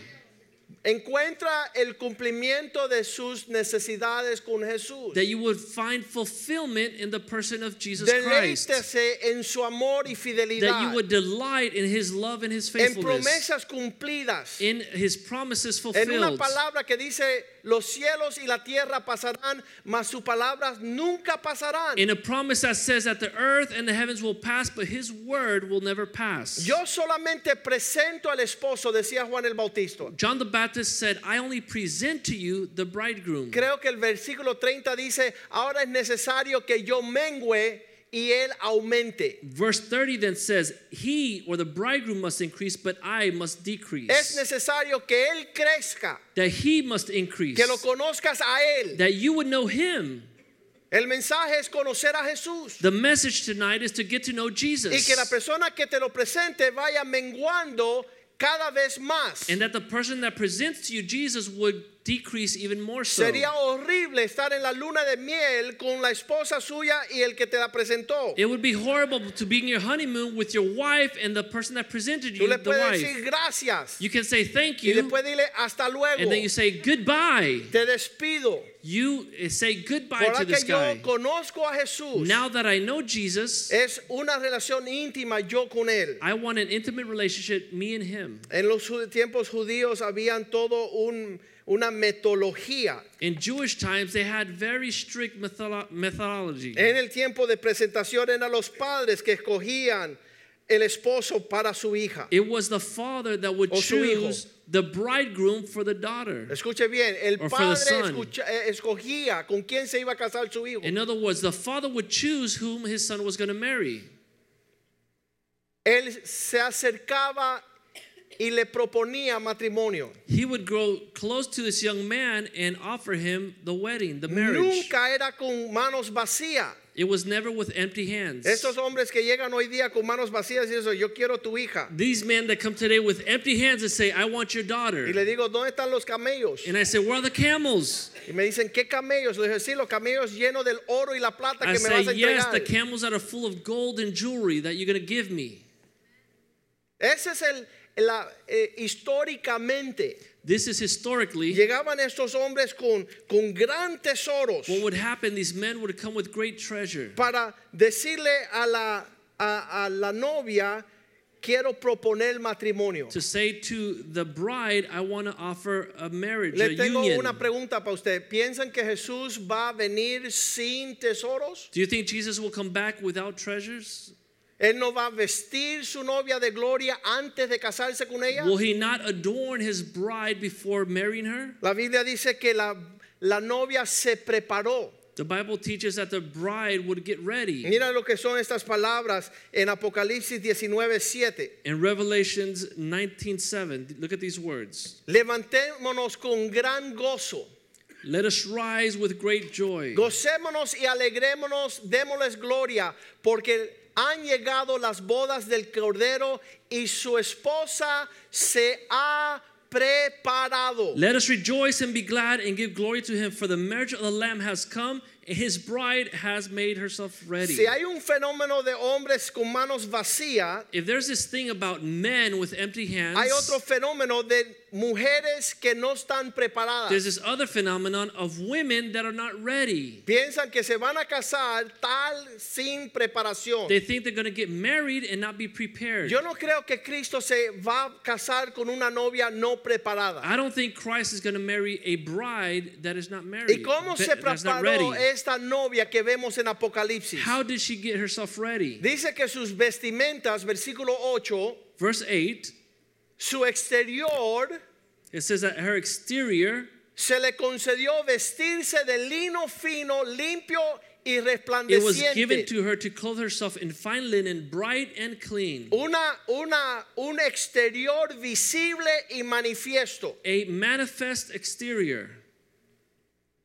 A: Encuentra el cumplimiento de sus necesidades con Jesús.
B: That you would find fulfillment in the person of Jesus Christ.
A: Deleítese en su amor y
B: That you
A: fidelidad.
B: would delight in his love and his
A: En
B: faithfulness.
A: promesas cumplidas.
B: In his promises
A: En una
B: fulfilled.
A: palabra que dice, los cielos y la tierra pasarán, mas sus palabras nunca pasarán.
B: In a promise that says that the earth and the heavens will pass, but his word will never pass.
A: Yo solamente presento al esposo, decía Juan el Bautista.
B: John the Baptist said, I only present to you the bridegroom.
A: Creo que el versículo 30 dice, ahora es necesario que yo mengüe y él aumente.
B: Verse 30 then says, He or the bridegroom must increase, but I must
A: Es
B: decrease.
A: necesario que él crezca,
B: That he must increase.
A: que lo conozcas a él.
B: That you would know him.
A: El mensaje es conocer a Jesús
B: The message tonight is to get to know
A: y
B: Jesus.
A: que la persona que te lo presente vaya menguando cada vez más.
B: And that the person that presents to you Jesus would decrease even more so.
A: Sería horrible estar en la luna de miel con la esposa suya y el que te la presentó.
B: It would be horrible to be in your honeymoon with your wife and the person that presented
A: Tú
B: you,
A: le
B: the
A: puedes
B: wife.
A: decir gracias
B: You can say thank
A: y
B: you,
A: después dile hasta luego.
B: and then you say goodbye.
A: Te despido.
B: You say goodbye
A: Ahora
B: to
A: que
B: this guy.
A: yo Eh. conozco a Jesús,
B: Now that I know Jesus,
A: es una relación íntima yo con él.
B: I want an intimate relationship, me and him.
A: En los ju- tiempos judíos habían todo un, una metodología.
B: In Jewish times, they had very strict methodolo- methodology.
A: En el tiempo de presentación eran los padres que escogían el esposo para su hija.
B: It was the father that would
A: O su hijo.
B: choose the bridegroom for the daughter.
A: Escuche bien, el
B: Or for the
A: padre
B: son.
A: escucha- eh, escogía con quién se iba a casar su hijo.
B: In other words, the father would choose whom his son was going to marry.
A: Él se acercaba y le proponía matrimonio.
B: He would grow close to this young man and offer him the wedding, the marriage.
A: Nunca era con manos vacías.
B: It was never with empty hands.
A: Estos hombres que llegan hoy día con manos vacías y eso, yo quiero tu hija.
B: These men that come today with empty hands and say, I want your
A: Y le
B: daughter.
A: digo, ¿dónde están los camellos?
B: And I say, Where are the camels?
A: Y me dicen, ¿qué camellos? Le dije, sí, los camellos llenos del oro y la plata
B: I
A: que me vas a
B: say, Yes, the
A: entregar.
B: camels that are full of gold and jewelry that you're going to give me.
A: Ese es el, la, eh, históricamente.
B: This is historically
A: Llegaban estos hombres con, con gran tesoros
B: what would happen. These men would come with great treasure.
A: para decirle a la, a, a la novia, quiero proponer matrimonio.
B: To say to the bride, I want to offer a marriage, a
A: Le tengo
B: union.
A: una pregunta para usted. ¿Piensan que Jesús va a venir sin tesoros?
B: Do you think Jesus will come back without treasures?
A: ¿Él no va a vestir su novia de gloria antes de casarse con ella?
B: Will he not adorn his bride before marrying her?
A: La Biblia dice que la, la novia se preparó.
B: The Bible teaches that the bride would get ready.
A: Mira lo que son estas palabras en Apocalipsis 19, 7.
B: In Revelations 19:7, look at these words.
A: Levantémonos con gran gozo.
B: Let us rise with great joy.
A: Gocémonos y alegrémonos, démosles gloria, porque han llegado las bodas del Cordero y su esposa se ha preparado.
B: Let us rejoice and be glad and give glory to him, for the marriage of the Lamb has come, and his bride has made herself ready.
A: Si hay un fenómeno de hombres con manos vacías,
B: If there's this thing about men with empty hands,
A: hay otro fenómeno de mujeres que no están
B: there's
A: preparadas.
B: this other phenomenon of women that are not ready.
A: Piensan que se van a casar tal sin preparación.
B: They think they're going to get married and not be prepared.
A: Yo no creo que Cristo se va a casar con una novia no preparada.
B: I don't think Christ is going to marry a bride that is not married.
A: ¿Y cómo se
B: that- that's not ready.
A: preparó esta novia que vemos en Apocalipsis?
B: How did she get herself ready?
A: Dice que sus vestimentas, versículo 8,
B: Verse 8,
A: su exterior
B: it says that her exterior,
A: se le concedió vestirse de lino fino, limpio y
B: it was given
A: resplandeciente.
B: to her to clothe herself in fine linen, bright and clean.
A: Una, una, un exterior visible y manifiesto.
B: A manifest exterior,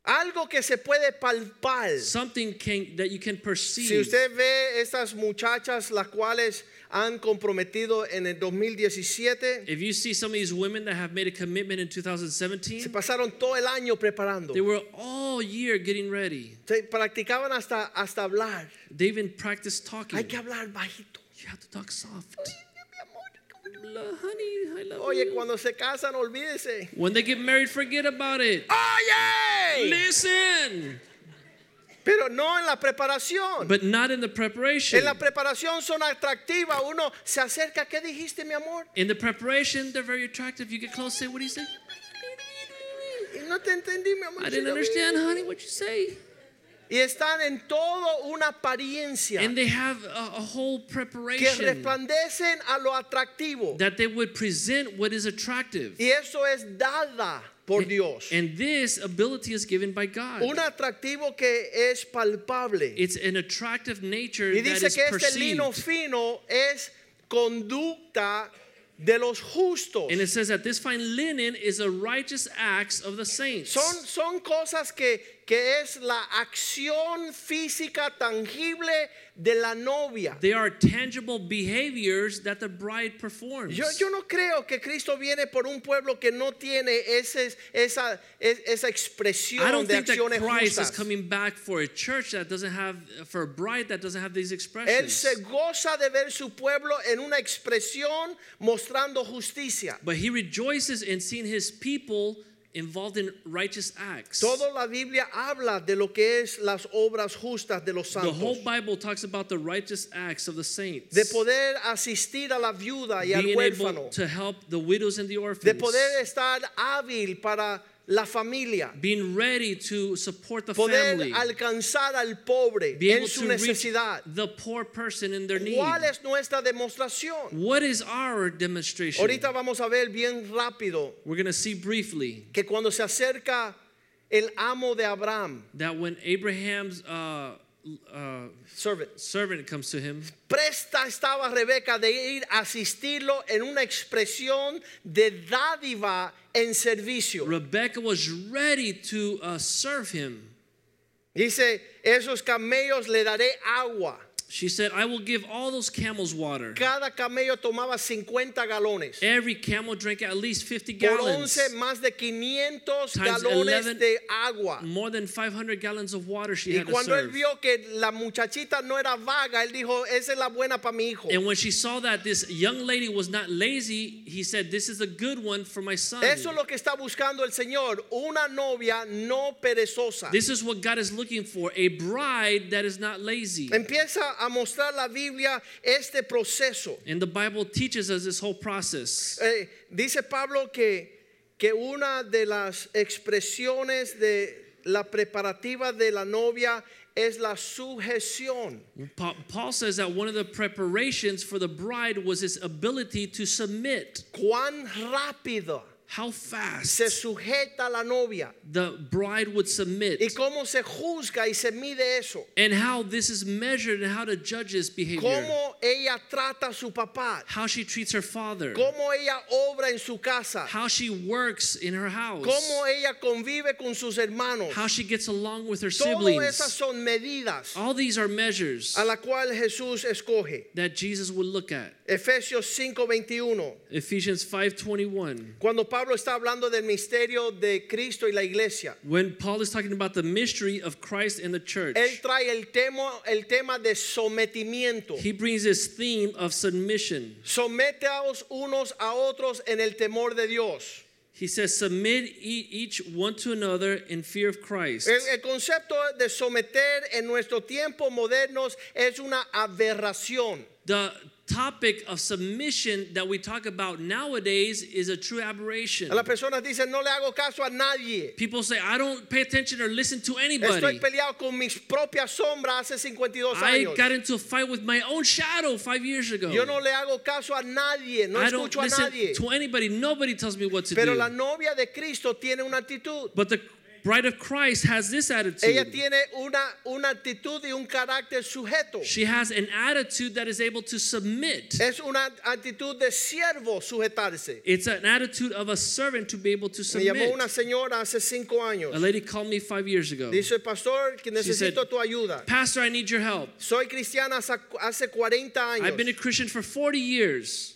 A: Algo que se puede palpar.
B: something can, that you can perceive.
A: Si usted ve estas muchachas las cuales han comprometido en el 2017,
B: If you see some of these women that have made a commitment in
A: se
B: 2017,
A: pasaron todo el año preparando.
B: they were all year getting ready.
A: Se practicaban hasta, hasta hablar.
B: They even practiced talking.
A: Hay que hablar bajito.
B: You have to talk soft. Lo- Honey, I love
A: Oye,
B: you.
A: cuando se casan, olvídese.
B: When they get married, forget about it.
A: Oye,
B: Listen,
A: pero no en la preparación.
B: but not in the preparation.
A: En la preparación son atractivas. Uno se acerca. ¿Qué dijiste, mi amor?
B: In the preparation, they're very attractive. You get close, say, What do you say?
A: Y no te entendí, mi amor.
B: I didn't understand, honey, what you say.
A: Y están en todo una apariencia
B: And they have a, a whole
A: que
B: preparation
A: resplandecen a lo atractivo.
B: that they would present what is attractive.
A: Y eso es dada por Dios.
B: And this ability is given by God.
A: Un atractivo que es palpable.
B: It's an attractive nature
A: Y
B: that
A: dice
B: is
A: que este
B: perceived.
A: lino fino es conducta de los justos.
B: And it says that this fine linen is the righteous acts of the saints.
A: Son, son cosas que, que es la acción física tangible de la novia.
B: They are tangible behaviors that the bride performs.
A: Yo, yo no creo que Cristo viene por un pueblo que no tiene ese, esa, es- esa
B: I
A: expresión
B: don't
A: de
B: think that
A: acciones
B: Christ
A: justas.
B: is coming back for a church that doesn't have, for a bride that doesn't have these
A: Él
B: expressions.
A: se goza de ver su pueblo en una expresión mostrando justicia.
B: But he rejoices in seeing his people involved in righteous acts.
A: Toda la Biblia habla de lo que es las obras justas de los
B: the
A: santos.
B: whole Bible talks about the righteous acts of the saints.
A: de poder asistir a la viuda y al
B: being able
A: huérfano,
B: to help the widows and the orphans.
A: de poder estar hábil para la familia,
B: being ready to support the
A: poder
B: family.
A: alcanzar al pobre
B: Be
A: en
B: able
A: su
B: to reach
A: necesidad.
B: the poor person in their need.
A: ¿Cuál es nuestra demostración?
B: What is our demonstration?
A: Ahorita vamos a ver bien rápido
B: We're going to see briefly
A: que cuando se acerca el amo de Abraham,
B: that when Abraham's uh, uh,
A: servant.
B: servant comes to him.
A: Presta estaba Rebeca de ir a asistirlo en una expresión de dádiva en servicio.
B: Rebecca was ready to uh, serve him.
A: Dice, esos camellos le daré agua.
B: She said, I will give all those camels water.
A: Cada camello tomaba 50 galones.
B: Every camel drank at least 50
A: Por
B: gallons.
A: 11 más de 500
B: Times
A: galones
B: 11.
A: de agua.
B: More than 500 gallons of water she
A: Y
B: had to
A: cuando él
B: serve.
A: vio que la muchachita no era vaga, él dijo, esa es la buena para mi hijo.
B: And when she saw that this young lady was not lazy, he said, This is a good one for my son.
A: Eso es lo que está buscando el Señor, una novia no perezosa.
B: This is what God is looking for a bride that is not lazy.
A: Empieza a mostrar la Biblia este proceso.
B: And the Bible teaches us this whole process.
A: Eh, dice Pablo que, que una de las expresiones de la preparativa de la novia es la sujeción.
B: Pa- Paul says that one of the preparations for the bride was his ability to submit.
A: Cuán rápido
B: How fast
A: se sujeta la novia
B: the bride would submit.
A: y cómo se juzga y se mide eso.
B: And how this is measured and how to judge this behavior.
A: Cómo ella trata a su papá,
B: How she treats her father.
A: cómo ella obra en su casa,
B: How she works in her house.
A: cómo ella convive con sus hermanos.
B: How she gets along with her
A: Todas esas
B: siblings. Oh,
A: son medidas
B: All these are measures
A: a la cual Jesús escoge.
B: that Jesus would look at.
A: Efesios 5:21.
B: Ephesians 5:21.
A: Cuando Pablo está hablando del misterio de Cristo y la iglesia,
B: When Paul is talking about the mystery of Christ and the
A: él
B: church,
A: trae el tema, el tema de sometimiento.
B: he brings this theme of submission.
A: Someteos unos a otros en el temor de Dios.
B: He says, Submit e- each one to another in fear of Christ.
A: El, el concepto de someter en nuestro tiempo modernos es una aberración.
B: The topic of submission that we talk about nowadays is a true aberration.
A: Las personas dicen, no le hago caso a nadie.
B: People say, I don't pay attention or listen to
A: Estoy
B: anybody.
A: peleado con mis propias sombras hace 52
B: I
A: años.
B: got into a fight with my own shadow five years ago.
A: Yo no le hago caso a nadie, no
B: I don't
A: escucho a
B: listen
A: nadie.
B: to anybody. Nobody tells me what to
A: Pero
B: do.
A: la novia de Cristo tiene una actitud.
B: But the bride of Christ has this
A: Ella
B: attitude.
A: tiene una, una actitud y un carácter sujeto.
B: She has an attitude that is able to submit.
A: Es una actitud de siervo sujetarse.
B: It's an attitude of a servant to be able to
A: Me llamó
B: submit.
A: una señora hace cinco años.
B: A lady called me five years ago.
A: Dice, pastor, que necesito
B: said,
A: tu ayuda.
B: Pastor, I need your help.
A: Soy cristiana hace- hace 40 años
B: I've been a Christian for 40 years,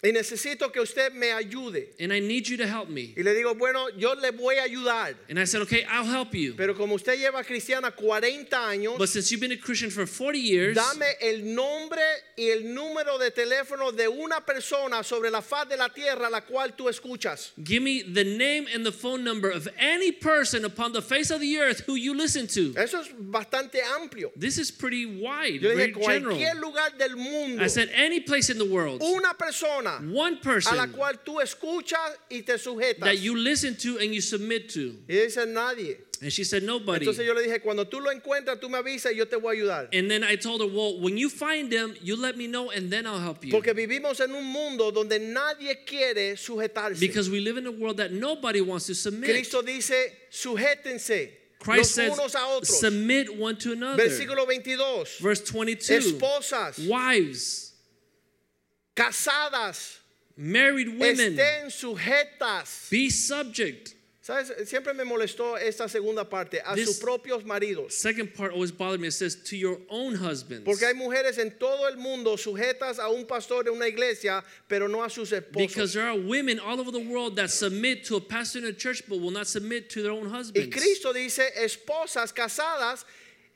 A: y necesito que usted me ayude.
B: and I need you to help me.
A: Y le digo, bueno, yo le voy a ayudar.
B: And I said, Okay, I'll help you.
A: Pero como usted lleva cristiana 40 años,
B: But since you've been a Christian for 40 years,
A: Dame el nombre y el número de teléfono de una persona sobre la faz de la tierra la cual tú escuchas.
B: give me the name and the phone number of any person upon the face of the earth who you listen to.
A: Eso es bastante amplio.
B: This is pretty wide,
A: Eh. Yo dije
B: very general.
A: cualquier lugar del mundo,
B: I said, Any place in the world,
A: una persona
B: one
A: a la
B: person
A: cual tú escuchas y te sujetas.
B: that you listen to and you submit to.
A: y dice nadie.
B: And she said, Nobody.
A: Entonces yo le dije, cuando tú lo encuentras, tú me avisas y yo te voy a ayudar.
B: And then I told her, well, when you find them, you let me know and then I'll help you.
A: Porque vivimos en un mundo donde nadie quiere sujetarse.
B: because we live in a world that nobody wants to submit.
A: Cristo dice, sujétense
B: Christ
A: los
B: says,
A: unos a otros.
B: submit one to another.
A: Versículo 22.
B: Verse 22.
A: Esposas,
B: Wives,
A: casadas,
B: married women,
A: estén sujetas.
B: be subject.
A: ¿Sabes? Siempre me molestó esta segunda parte, a sus
B: This-
A: propios maridos.
B: Second part always bothered me. It says, to your own husbands.
A: Porque hay mujeres en todo el mundo sujetas a un pastor de una iglesia, pero no a sus
B: because
A: esposos.
B: there are women all over the world that submit to a pastor in a church but will not submit to their own
A: Y
B: husbands.
A: Cristo dice, esposas casadas,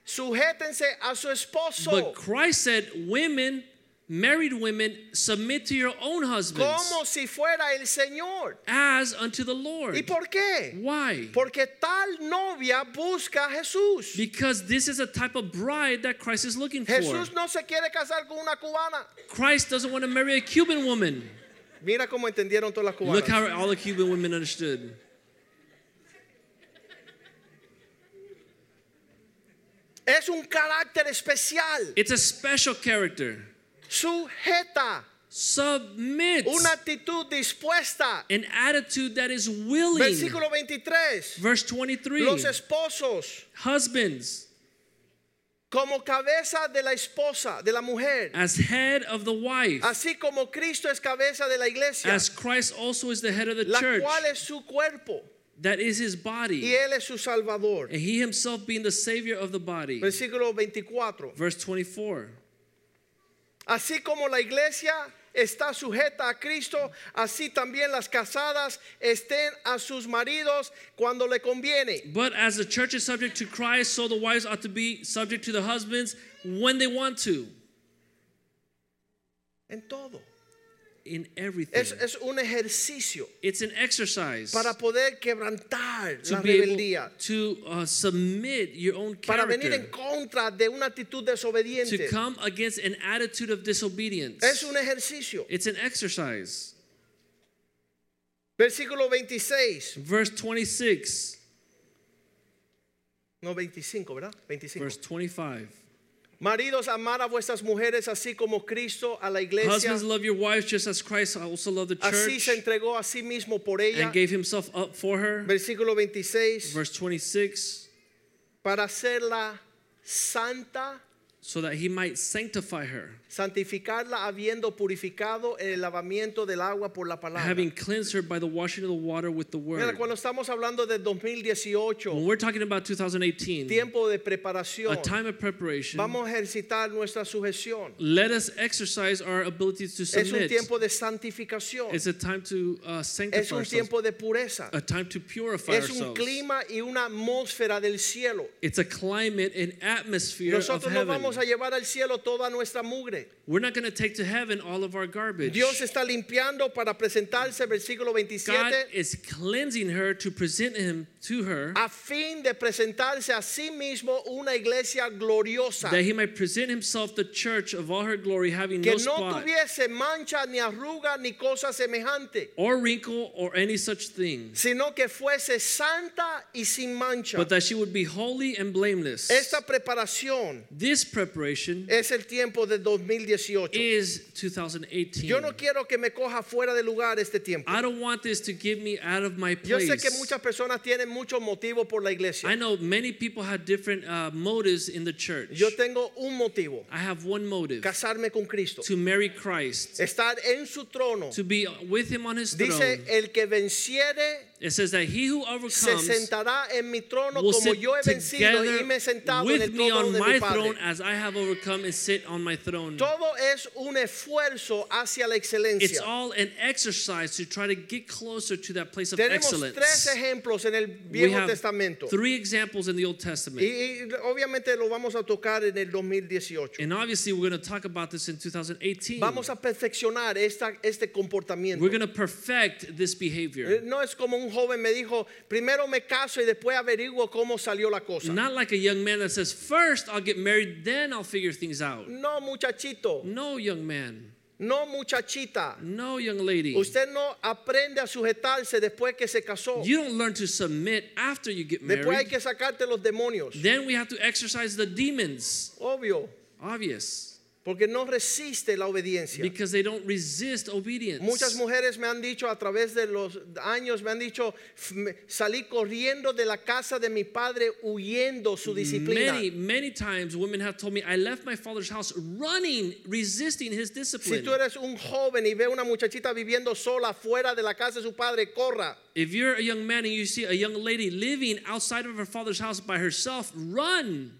A: sujétense a su esposo.
B: But Christ said, women, married women, submit to your own husbands.
A: Como si fuera el Señor.
B: as unto the Lord.
A: ¿Y por qué?
B: Why?
A: Porque tal novia busca a Jesús.
B: Because this is a type of bride that Christ is looking for.
A: Jesús no se quiere casar con una cubana.
B: Christ doesn't want to marry a Cuban woman.
A: Mira cómo entendieron todas las
B: Look
A: cubanas.
B: how all the Cuban women understood.
A: Es un carácter especial.
B: It's a special character.
A: Sujeta.
B: Submit.
A: Una actitud dispuesta.
B: An attitude that is willing.
A: Versículo 23.
B: Verse 23.
A: Los esposos
B: Husbands,
A: como cabeza de la esposa, de la mujer,
B: as head of the wife,
A: así como Cristo es cabeza de la iglesia,
B: as Christ also is the head of the
A: la
B: church,
A: cual es su cuerpo
B: that is his
A: y
B: body,
A: él es su salvador.
B: and he himself being the savior of the body.
A: Versículo 24.
B: Verse 24.
A: Así como la iglesia está sujeta a Cristo, así también las casadas estén a sus maridos cuando le conviene.
B: But as the church is subject to Christ, so the wives ought to be subject to the husbands when they want to,
A: En todo.
B: in everything.
A: Es, es un ejercicio
B: it's an exercise
A: para poder quebrantar
B: to
A: la
B: be able
A: rebeldía,
B: to uh, submit your own
A: para venir en
B: character,
A: contra de una actitud
B: to
A: desobediente.
B: come against an attitude of disobedience.
A: Es un ejercicio.
B: it's an exercise.
A: Versículo 26,
B: Verse 26,
A: no 25, ¿verdad? 25.
B: verse 25.
A: Maridos, amar a vuestras mujeres así como Cristo a la iglesia.
B: Husbands, love your wives just as Christ also loved the
A: Así
B: church
A: se entregó a sí mismo por ella.
B: and gave himself up for her.
A: Versículo 26,
B: Verse 26,
A: para hacerla santa,
B: so that he might sanctify her.
A: santificarla habiendo purificado el lavamiento del agua por la palabra.
B: having cleansed her by the washing of the water with the
A: Mira,
B: word.
A: cuando estamos hablando de 2018,
B: When we're talking about 2018,
A: tiempo de
B: a
A: preparación,
B: time of preparation,
A: vamos a ejercitar nuestra sujeción.
B: let us exercise our ability to
A: Es un
B: submit.
A: tiempo de santificación,
B: It's a time to uh,
A: es
B: sanctify
A: un
B: ourselves,
A: tiempo de pureza,
B: a time to purify
A: es un
B: ourselves.
A: clima y una atmósfera del cielo.
B: It's a climate and atmosphere of
A: Nosotros no
B: heaven.
A: vamos a llevar al cielo toda nuestra mugre.
B: We're not going to take to heaven all of our garbage.
A: Dios está limpiando para presentarse, versículo
B: God
A: 27,
B: is cleansing her to present him to her
A: a fin de presentarse a sí mismo una iglesia gloriosa,
B: that he might present himself the church of all her glory having
A: que no
B: no spot
A: tuviese mancha ni arruga ni cosa semejante,
B: or wrinkle or any such thing.
A: sino que fuese santa y sin mancha.
B: but that she would be holy and blameless.
A: Esta preparación
B: this preparation
A: es el tiempo de 2018.
B: is 2018.
A: Yo no quiero que me coja fuera de lugar este tiempo.
B: I don't want this to get me out of my
A: Yo
B: place.
A: sé que muchas personas tienen muchos motivos por la
B: I
A: iglesia.
B: know many people have different uh, motives in the church.
A: Yo tengo un motivo,
B: I have one motive
A: casarme con Cristo,
B: to marry Christ,
A: estar en su trono.
B: to be with him on his
A: Eh, Dice,
B: throne.
A: el que venciere
B: It says that he who
A: se
B: overcomes
A: sentará en mi trono
B: will
A: como
B: sit
A: yo he vencido
B: together
A: y me he sentado en
B: with
A: el
B: me
A: trono
B: on
A: de
B: my
A: mi
B: throne
A: Padre.
B: as I have overcome and sit on my throne.
A: Todo es un esfuerzo hacia la
B: It's
A: excelencia.
B: all an exercise to try to get closer to that place of
A: Tenemos
B: excellence.
A: tres ejemplos en el
B: we
A: Viejo
B: have
A: Testamento.
B: Three examples in the Old
A: Y,
B: Testament.
A: y obviamente lo vamos a tocar en el 2018.
B: and obviously we're going to talk about this in 2018.
A: Vamos a perfeccionar esta, este comportamiento.
B: we're going to perfect this
A: Eh,
B: behavior.
A: No es como un joven me dijo, primero me caso y después averiguo cómo salió la cosa.
B: Not like a young man that says, first I'll get married, then I'll figure things out.
A: No muchachito,
B: No, young man.
A: no muchachita.
B: No, young lady.
A: Usted no aprende a sujetarse después que se casó.
B: you don't learn to submit after you get
A: Después hay
B: married.
A: que sacarte los demonios.
B: Then we have to exercise the demons.
A: Obvio,
B: Obvious.
A: porque no resiste la obediencia.
B: Because they don't resist obedience.
A: Muchas mujeres me han dicho a través de los años, me han dicho, "F- me- salí corriendo de la casa de mi padre huyendo su disciplina.
B: Many, many times women have told me, I left my father's house running, resisting his
A: Si
B: discipline.
A: tú eres un joven y ve una muchachita viviendo sola fuera de la casa de su padre, corra.
B: If you're a young man and you see a young lady living outside of her father's house by herself, run.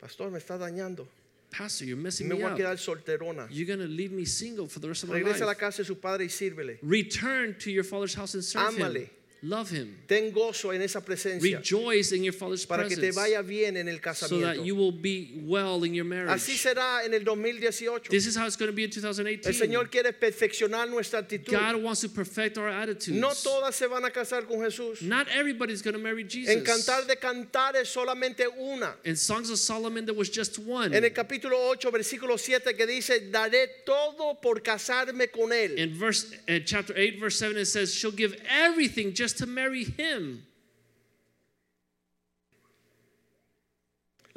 A: Pastor, me está dañando.
B: Pastor, you're messing
A: Me
B: me
A: voy a
B: up.
A: quedar solterona.
B: You're going to leave me single for the rest of my
A: Regresa a la
B: life.
A: casa de su padre y sírvele.
B: Return to your father's house and serve him.
A: Ámale.
B: Love him.
A: Ten gozo en esa presencia.
B: Rejoice in your father's
A: para que te
B: presence
A: vaya bien en el
B: so that you
A: casamiento.
B: will be well in your
A: Así
B: marriage.
A: será en el 2018.
B: This is how it's going to be in
A: El
B: 2018.
A: Señor quiere perfeccionar nuestra actitud.
B: God wants to perfect our attitudes.
A: No todas se van a casar con Jesús.
B: Not everybody's going to marry Jesus.
A: En Cantar de Cantares solamente una.
B: In Songs of Solomon, there was just one.
A: En el capítulo 8, versículo 7 que dice, daré todo por casarme con él.
B: In verse in chapter 8 verse 7 it says she'll give everything just to marry him.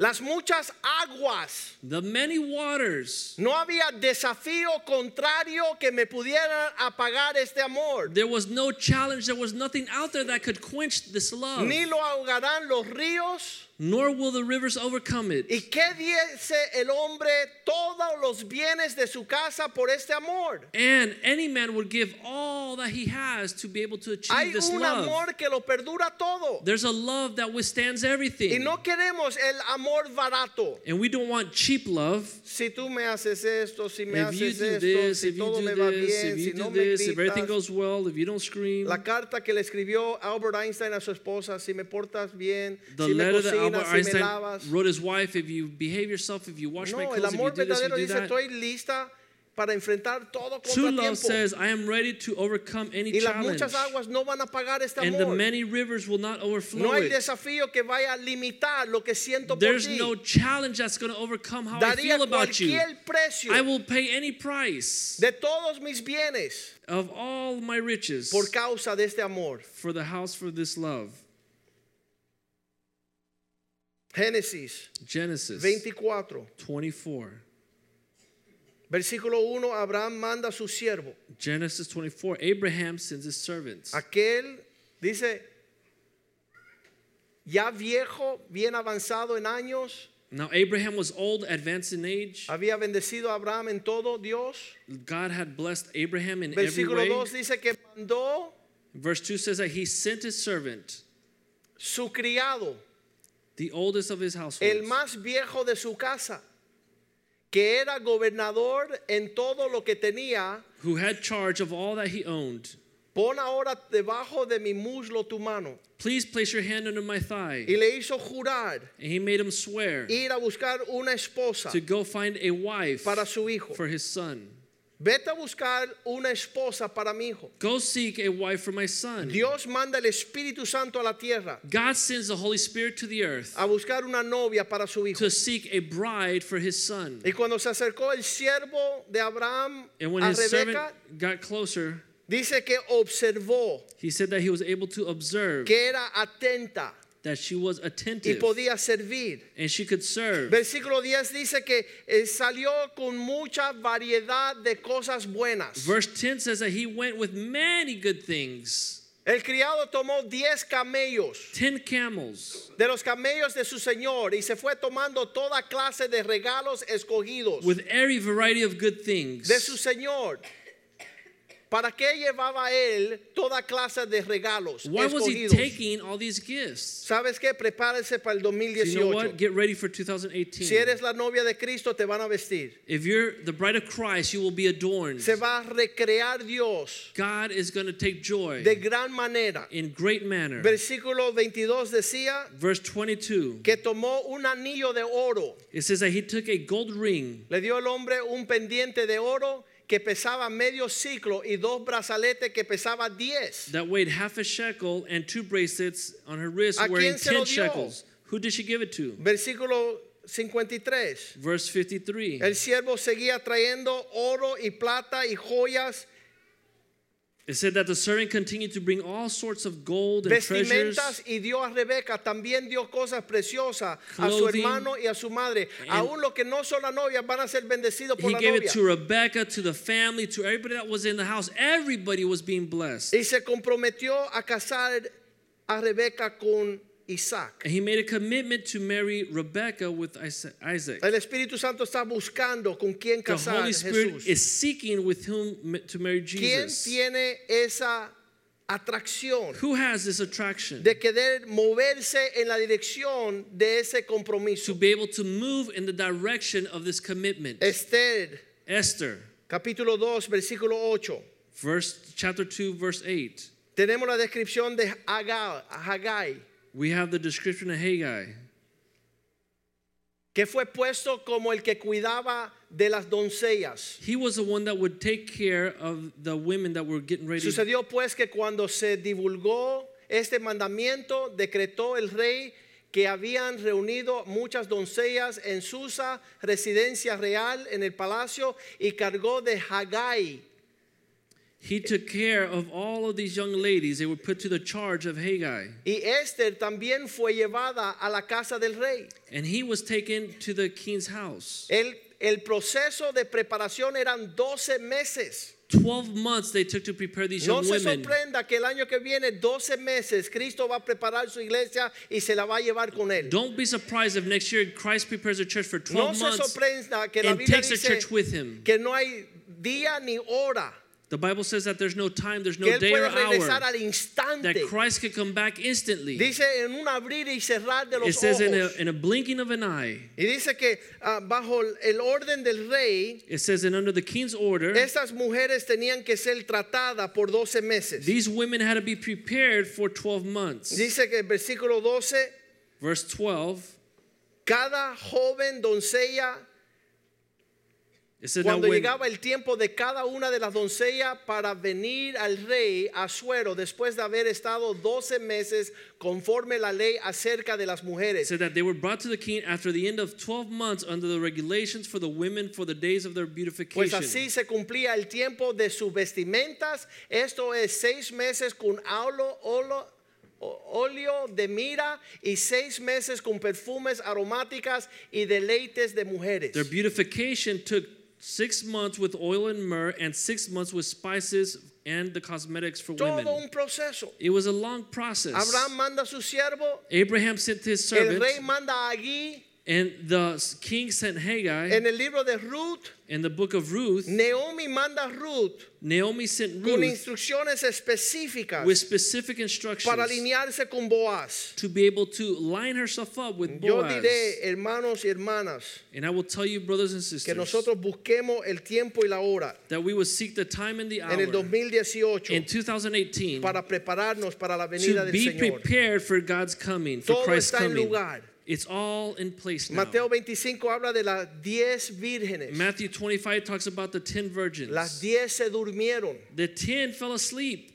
A: Las muchas aguas.
B: The many waters.
A: No había desafío contrario que me pudiera apagar este amor.
B: There was no challenge, there was nothing out there that could quench this love.
A: Ni lo ahogarán los ríos,
B: nor will the rivers overcome it.
A: ¿Y qué diese el hombre todos los bienes de su casa por este amor?
B: And any man would give all that he has to be able to achieve
A: Hay
B: this
A: un
B: love.
A: amor que lo perdura todo.
B: There's a love that withstands
A: Y
B: everything.
A: no queremos el amor barato.
B: And we don't want cheap love.
A: Si tú me haces esto, si me
B: If you
A: haces
B: do
A: esto,
B: this,
A: si
B: if you
A: todo me
B: do
A: va
B: this, if
A: bien, si
B: you
A: no
B: do
A: me
B: this, if everything
A: gritas.
B: goes well, if you don't scream.
A: La carta que le escribió Albert Einstein a su esposa, si me portas bien,
B: The
A: si me
B: letter that
A: cocinas,
B: Albert
A: si me
B: Einstein
A: lavas.
B: wrote his wife, if you behave yourself, if you wash my
A: No, el
B: clothes, if you
A: amor
B: do this, if
A: verdadero
B: you do
A: dice,
B: that.
A: estoy lista para enfrentar todo
B: True love
A: contratiempo.
B: says, I am ready to overcome any
A: Y las
B: challenge.
A: muchas aguas no van a pagar este
B: And the
A: amor.
B: many rivers will not overflow
A: No hay
B: it.
A: desafío que vaya a limitar lo que siento por
B: There's
A: ti.
B: no challenge that's going to overcome how I
A: Daría
B: feel about you.
A: cualquier precio
B: I will pay any price
A: de todos mis bienes
B: of all my riches
A: por causa de este amor.
B: for the house for this love.
A: Génesis
B: Genesis
A: 24,
B: 24.
A: versículo 1, Abraham manda a su siervo.
B: Genesis 24. Abraham sends his servants.
A: Aquel dice, ya viejo, bien avanzado en años,
B: Now, Abraham was old, advanced in age.
A: había bendecido a Abraham en todo Dios.
B: God had blessed Abraham in every
A: Versículo
B: way.
A: 2 dice que mandó
B: Verse 2 says that he sent his servant,
A: su criado,
B: the oldest of his household,
A: el más viejo de su casa, que era gobernador en todo lo que tenía,
B: who had charge of all that he owned.
A: pon ahora debajo de mi muslo tu mano.
B: Please place your hand under my thigh.
A: Y le hizo jurar
B: And he made him swear
A: ir a buscar una esposa
B: to go find a wife
A: para su hijo.
B: for his son.
A: Vete a buscar una esposa para mi hijo.
B: Go seek a wife for my son.
A: Dios manda el Espíritu Santo a la tierra
B: God sends the Holy Spirit to the earth
A: a buscar una novia para su hijo.
B: to seek a bride for his son.
A: Y cuando se acercó el siervo de Abraham
B: And when
A: a
B: his servant
A: Rebeca,
B: got closer,
A: dice que observó
B: he said that he was able to observe
A: que era atenta
B: that she was
A: y
B: attentive
A: podía servir.
B: and she could serve.
A: Versículo 10 dice que eh, salió con mucha variedad de cosas buenas.
B: Verse 10 says that he went with many good things
A: El criado tomó 10 camellos
B: 10 camels
A: de los camellos de su señor y se fue tomando toda clase de regalos escogidos.
B: with every variety of good things.
A: de su Señor. ¿Para qué llevaba él toda clase de regalos
B: Why was he
A: escogidos?
B: taking all these gifts?
A: ¿Sabes qué? Prepárese para el
B: So you
A: 2018.
B: know what? Get ready for
A: si
B: 2018.
A: eres la novia de Cristo, te van a vestir.
B: If you're the bride of Christ, you will be adorned.
A: Se va a recrear Dios
B: God is going to take joy
A: de gran manera.
B: in great manner.
A: Versículo 22 decía
B: Verse 22,
A: que tomó un anillo de oro.
B: it says that he took a gold ring
A: Le dio al hombre un pendiente de oro que pesaba medio ciclo y dos brazaletes que pesaba 10.
B: that weighed half a shekel and two bracelets on her wrist
A: ¿A quién
B: weighing
A: se lo
B: 10
A: dio?
B: shekels. Who did she give it to?
A: Versículo 53.
B: Verse 53.
A: El siervo seguía trayendo oro y plata y joyas,
B: It said that the servant continued to bring all sorts of gold and treasures.
A: vestimentas y dio a Rebeca. También dio cosas preciosas a su
B: Clothing.
A: hermano y a su madre.
B: And-
A: Aún los que no son la novia van a ser bendecidos por
B: He
A: la
B: gave it
A: novia.
B: to Rebecca, to the family, to everybody that was in the house. Everybody was being blessed.
A: Y se comprometió a casar a Rebeca con Isaac.
B: And he made a commitment to marry Rebecca with Isa- Isaac.
A: El Espíritu Santo está buscando con quién
B: The
A: casar
B: Holy Spirit
A: Jesús.
B: is seeking with whom ma- to marry
A: ¿Quién
B: Jesus.
A: tiene esa atracción
B: Who has this attraction
A: de querer moverse en la dirección de ese compromiso?
B: to be able to move in the direction of this commitment?
A: Eh. Esther,
B: Esther,
A: capítulo 2, versículo 8.
B: verse chapter 2, verse 8.
A: Tenemos la descripción de Haga- Haggai,
B: We have the description of Haggai.
A: que fue puesto como el que cuidaba de las doncellas.
B: He was the one that would take care of the women that were getting ready.
A: Sucedió pues que cuando se divulgó este mandamiento, decretó el rey que habían reunido muchas doncellas en Susa, residencia real en el palacio, y cargó de Haggai,
B: He took care of all of these young ladies. They were put to the charge of Haggai.
A: y Esther también fue llevada a la casa del rey.
B: And he was taken to the king's house.
A: El, el proceso de preparación eran 12 meses.
B: 12 months they took to prepare these
A: No
B: young
A: se
B: women.
A: sorprenda que el año que viene, 12 meses, Cristo va a preparar su iglesia y se la va a llevar con él.
B: Don't be surprised if next year Christ prepares a church for
A: No
B: 12
A: se
B: months
A: sorprenda que la
B: and
A: Biblia
B: takes a
A: dice
B: church with him.
A: que no hay día ni hora
B: The Bible says that there's no time, there's
A: que
B: no
A: él
B: day or
A: puede regresar
B: hour,
A: al instante.
B: that Christ could come back instantly.
A: Dice en un abrir y cerrar de
B: It
A: los
B: says in a,
A: ojos.
B: in a blinking of an eye,
A: Y dice que ah, bajo el orden del rey,
B: it says, and under the king's order,
A: estas mujeres tenían que ser tratadas por 12 meses.
B: these women had to be prepared for 12 months.
A: Dice que el versículo 12,
B: Verse 12,
A: cada joven doncella
B: it says, now
A: Cuando
B: when,
A: llegaba el tiempo de cada una de las doncellas para venir al rey Asuero después de haber estado 12 meses conforme la ley acerca de las
B: it
A: mujeres.
B: said that they were brought to the king after the end of 12 months under the regulations for the women for the days of their
A: Pues
B: beautification.
A: así se cumplía el tiempo de sus vestimentas, esto es seis meses con aulo- olo- o- óleo de mira y seis meses con perfumes aromáticas y deleites de mujeres.
B: Their beautification took six months with oil and myrrh and six months with spices and the cosmetics for
A: Todo
B: women.
A: un proceso.
B: It was a long process.
A: Abraham manda a su siervo,
B: Abraham sent his
A: el
B: servant,
A: rey manda a Agui.
B: and the king sent Haggai.
A: En el libro de Ruth,
B: In the book of Ruth,
A: Naomi manda a Ruth
B: Naomi sent
A: con
B: Ruth
A: instrucciones específicas
B: with specific
A: para
B: instructions
A: alinearse con Boaz.
B: to be able to line herself up with
A: Yo
B: Boaz.
A: diré, hermanos y hermanas,
B: And I will tell you, brothers and
A: que
B: sisters,
A: nosotros busquemos el tiempo y la hora
B: that we will seek the time and the hour
A: en el
B: in
A: 2018
B: 2018
A: para prepararnos para la venida
B: to
A: del
B: be
A: Señor.
B: prepared for God's coming, for
A: Todo
B: Christ's
A: está en
B: coming.
A: lugar.
B: It's all in place now.
A: Mateo 25 habla de las 10 vírgenes.
B: Matthew 25 talks about the 10 virgins.
A: Las 10 se durmieron,
B: the 10 fell asleep.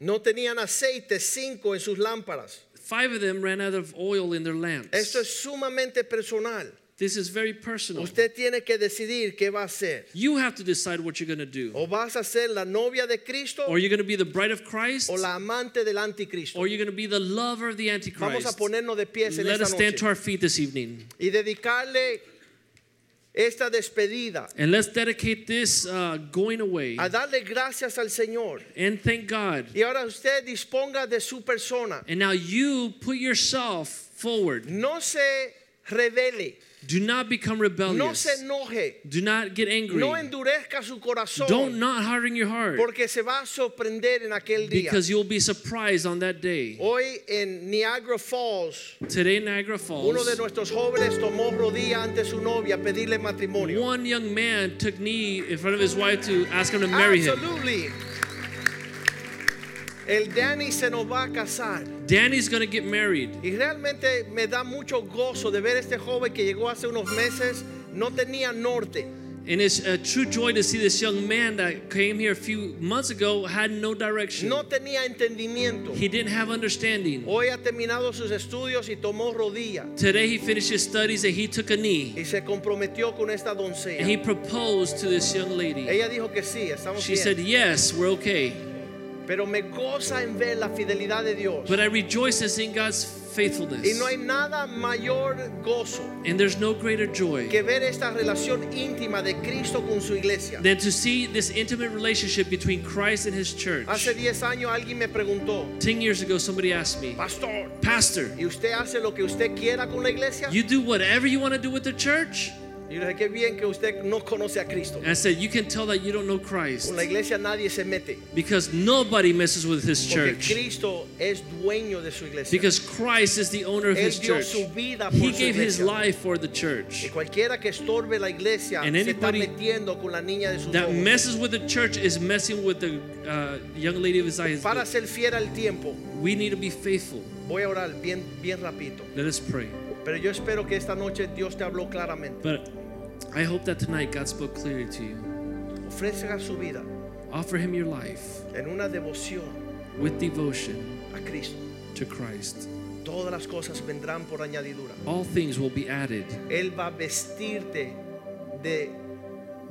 A: no tenían aceite, 5 en sus lámparas.
B: Five of them ran out of oil in their lamps.
A: Esto es sumamente personal.
B: this is very personal.
A: Usted tiene que decidir qué va a hacer.
B: you have to decide what you're going to do.
A: O vas a ser la novia de Cristo
B: Or you're going to be the bride of Christ,
A: o la amante del anticristo.
B: or you're going to be the lover of the Antichrist.
A: Vamos a ponernos de pies en
B: Let
A: esta
B: us stand to
A: noche
B: our feet this evening.
A: y dedicarle esta despedida
B: And let's dedicate this uh, going away
A: a darle gracias al Señor.
B: and thank God.
A: Y ahora usted disponga de su persona.
B: And now you put yourself forward.
A: No se revele,
B: Do not become
A: no
B: rebellious.
A: se enoje,
B: Do not get angry.
A: no endurezca su
B: Don't
A: corazón
B: not harden your heart
A: porque se va a sorprender en aquel día. Oh,
B: because you'll be surprised on that day.
A: Hoy en Niagara Falls,
B: Today in Niagara
A: uno de
B: Falls,
A: nuestros jóvenes tomó rodilla ante su novia a pedirle matrimonio.
B: one young man took knee in front of his wife to ask him to marry him.
A: Ah, Absolutely. El Danny se nos va a casar.
B: Danny's going to get married.
A: Y realmente me da mucho gozo de ver este joven que llegó hace unos meses, no tenía norte.
B: And it's a true joy to see this young man that came here a few months ago had no direction.
A: No tenía entendimiento.
B: He didn't have understanding.
A: Hoy ha terminado sus estudios y tomó rodilla
B: Today he finished his studies and he took a knee
A: y se comprometió con esta doncella.
B: and he proposed to this young lady.
A: Ella dijo que sí, estamos
B: She
A: bien.
B: said, "Yes, we're okay."
A: Pero me goza en ver la fidelidad de Dios.
B: But I rejoice in seeing God's
A: Y
B: faithfulness.
A: no hay nada mayor gozo
B: And there's no greater joy
A: que ver esta relación íntima de Cristo con su iglesia.
B: than to see this intimate relationship between Christ and His church.
A: Hace 10 años alguien me preguntó,
B: Ten years ago, somebody asked me,
A: Pastor,
B: Pastor,
A: ¿y usted hace lo que usted quiera con la iglesia?
B: you do whatever you want to do with the church?
A: Y yo le dije, qué bien que usted no conoce a Cristo.
B: And I said, You can tell that you don't know Christ
A: Con la iglesia nadie se mete.
B: because nobody messes with His
A: Porque
B: church.
A: Cristo es dueño de su iglesia.
B: Because Christ is the owner of
A: Él
B: His
A: dio
B: church.
A: su vida por
B: He
A: su
B: gave His
A: iglesia.
B: life for the
A: y
B: church.
A: cualquiera que estorbe la iglesia
B: And
A: se está
B: anybody
A: metiendo con la niña de sus
B: That
A: ojos.
B: messes with the church is messing with the uh, young lady of his eyes.
A: Para ser fiel al tiempo,
B: We need to be faithful.
A: voy a orar bien, bien rapidito.
B: Let us pray.
A: Pero yo espero que esta noche Dios te habló claramente.
B: But I hope that tonight God spoke clearly to you.
A: Ofrezca su vida
B: Offer him your life
A: en una devoción
B: with devotion
A: a Cristo.
B: to Christ.
A: Todas las cosas vendrán por añadidura.
B: All things will be added.
A: Él va a vestirte de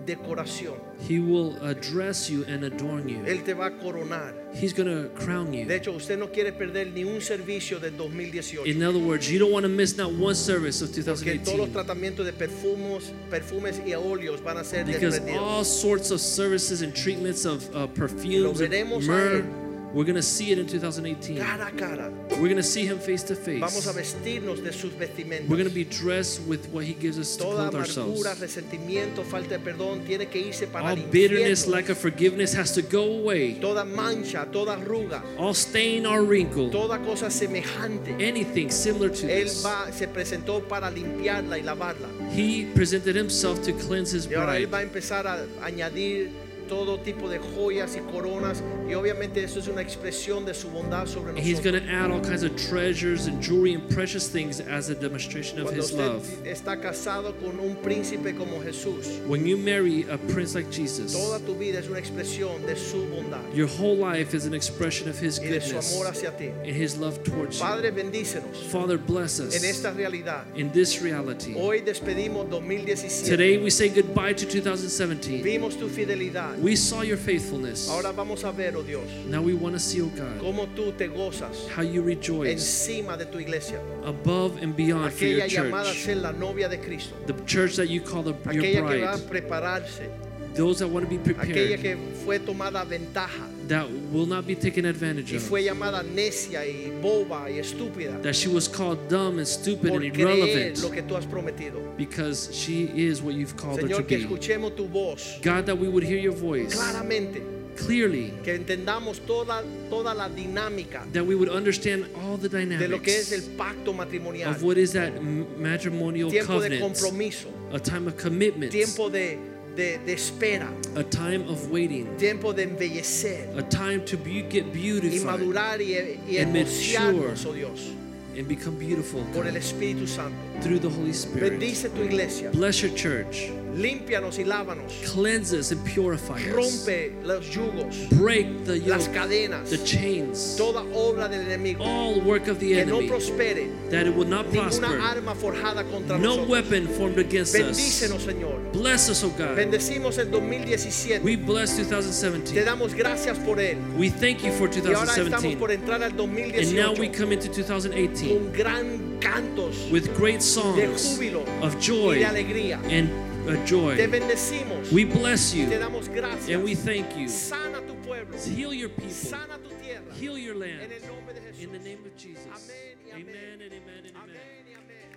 A: decoración.
B: He will address you and adorn you.
A: Él te va a coronar.
B: He's going to crown
A: De
B: you.
A: hecho, usted no quiere perder ni un servicio del 2018.
B: In other words, you don't want to miss not one service of
A: Porque todos los
B: 2018
A: tratamientos de perfumos, perfumes y óleos van a ser
B: because
A: desprendidos.
B: all sorts of services and treatments of uh, perfumes,
A: Lo
B: and
A: veremos a
B: myrrh,
A: él.
B: we're going to see it in 2018.
A: Cara a cara.
B: We're going to see him face to
A: Vamos a
B: face.
A: vestirnos de sus
B: We're going to
A: vestimentas.
B: be dressed with what he gives us to
A: Toda
B: clothe
A: amargura,
B: ourselves.
A: resentimiento, falta de perdón tiene que irse para
B: All
A: el
B: bitterness,
A: infierno.
B: lack of forgiveness has to go away.
A: Toda mancha, toda arruga,
B: All stain or wrinkle,
A: toda cosa semejante.
B: anything similar to
A: Él
B: this.
A: va, se presentó para limpiarla y lavarla.
B: He presented himself to cleanse his
A: Y ahora
B: bride.
A: él va a empezar a añadir todo tipo de joyas y coronas. Y obviamente eso es una expresión de su bondad sobre
B: And he's
A: nosotros.
B: going to add all kinds of treasures and jewelry and precious things as a demonstration of
A: Cuando
B: his
A: usted
B: love.
A: está casado con un príncipe como Jesús,
B: When you marry a prince like
A: toda
B: Jesus,
A: tu vida es una expresión de su bondad
B: your whole life is an expression of his
A: y de su
B: goodness
A: amor hacia ti.
B: and his love towards you.
A: Padre, bendícenos
B: Father, bless
A: en
B: us
A: esta realidad.
B: in this reality.
A: Hoy despedimos 2017.
B: Today we say goodbye to 2017.
A: Vimos tu fidelidad.
B: We saw your faithfulness.
A: Ahora vamos a ver, oh Dios,
B: Now we want to see, oh God,
A: cómo tú te gozas
B: how you rejoice
A: encima de tu iglesia.
B: above and beyond for
A: Aquella
B: your
A: llamada a
B: church.
A: ser la novia de Cristo.
B: The church that you call the, your
A: Aquella que va a
B: bride.
A: prepararse.
B: Those that want to be
A: Aquella
B: prepared.
A: que fue tomada a ventaja
B: That will not be taken advantage
A: y
B: of.
A: fue llamada necia y boba y estúpida
B: That she was called dumb and stupid
A: por
B: and
A: creer lo
B: irrelevant
A: que tú has prometido.
B: because she is what you've called her to
A: Señor, que
B: be.
A: escuchemos tu voz
B: God, that we would hear your voice
A: claramente,
B: clearly.
A: que entendamos toda, toda la dinámica
B: That we would understand all the
A: de lo que es
B: dynamics
A: el pacto matrimonial,
B: of what is that m- matrimonial
A: tiempo de
B: covenant.
A: compromiso,
B: A time of commitment.
A: tiempo de, de, de espera,
B: A time of waiting.
A: tiempo de embellecer
B: A time to be- get
A: y
B: beautified
A: madurar y, y
B: And
A: hermosearnos,
B: mature.
A: oh Dios,
B: and become beautiful
A: por el
B: God,
A: Espíritu Santo.
B: through the Holy Spirit.
A: Bendice tu iglesia,
B: Bless your church.
A: límpianos y lávanos.
B: Cleanse us and purify us.
A: Rompe los yugos,
B: Break the
A: las
B: yoke,
A: cadenas,
B: the chains,
A: toda obra del enemigo.
B: all work of the
A: Que no
B: enemy,
A: prospere
B: that it will not
A: ninguna
B: prosper.
A: arma forjada contra
B: No
A: nosotros.
B: weapon formed against
A: Bendícenos,
B: us.
A: Señor.
B: Bless us, O God.
A: Bendecimos el 2017.
B: We bless
A: Te
B: 2017.
A: damos gracias por él.
B: We thank you for
A: Y ahora estamos
B: 2017.
A: por entrar al
B: And now we
A: 2018
B: come into 2018
A: con gran cantos
B: with
A: de
B: great songs
A: júbilo
B: of
A: y
B: joy
A: de alegría.
B: and uh,
A: Te
B: joy.
A: bendecimos.
B: We bless
A: Te
B: you
A: damos gracias.
B: and we thank you.
A: Sana tu pueblo.
B: Heal your people.
A: Sana tu tierra.
B: Heal your land.
A: En el nombre de Jesús.
B: In the name of Jesus.
A: Amén y amén.
B: Amen and amen and amen.
A: Amén y amén.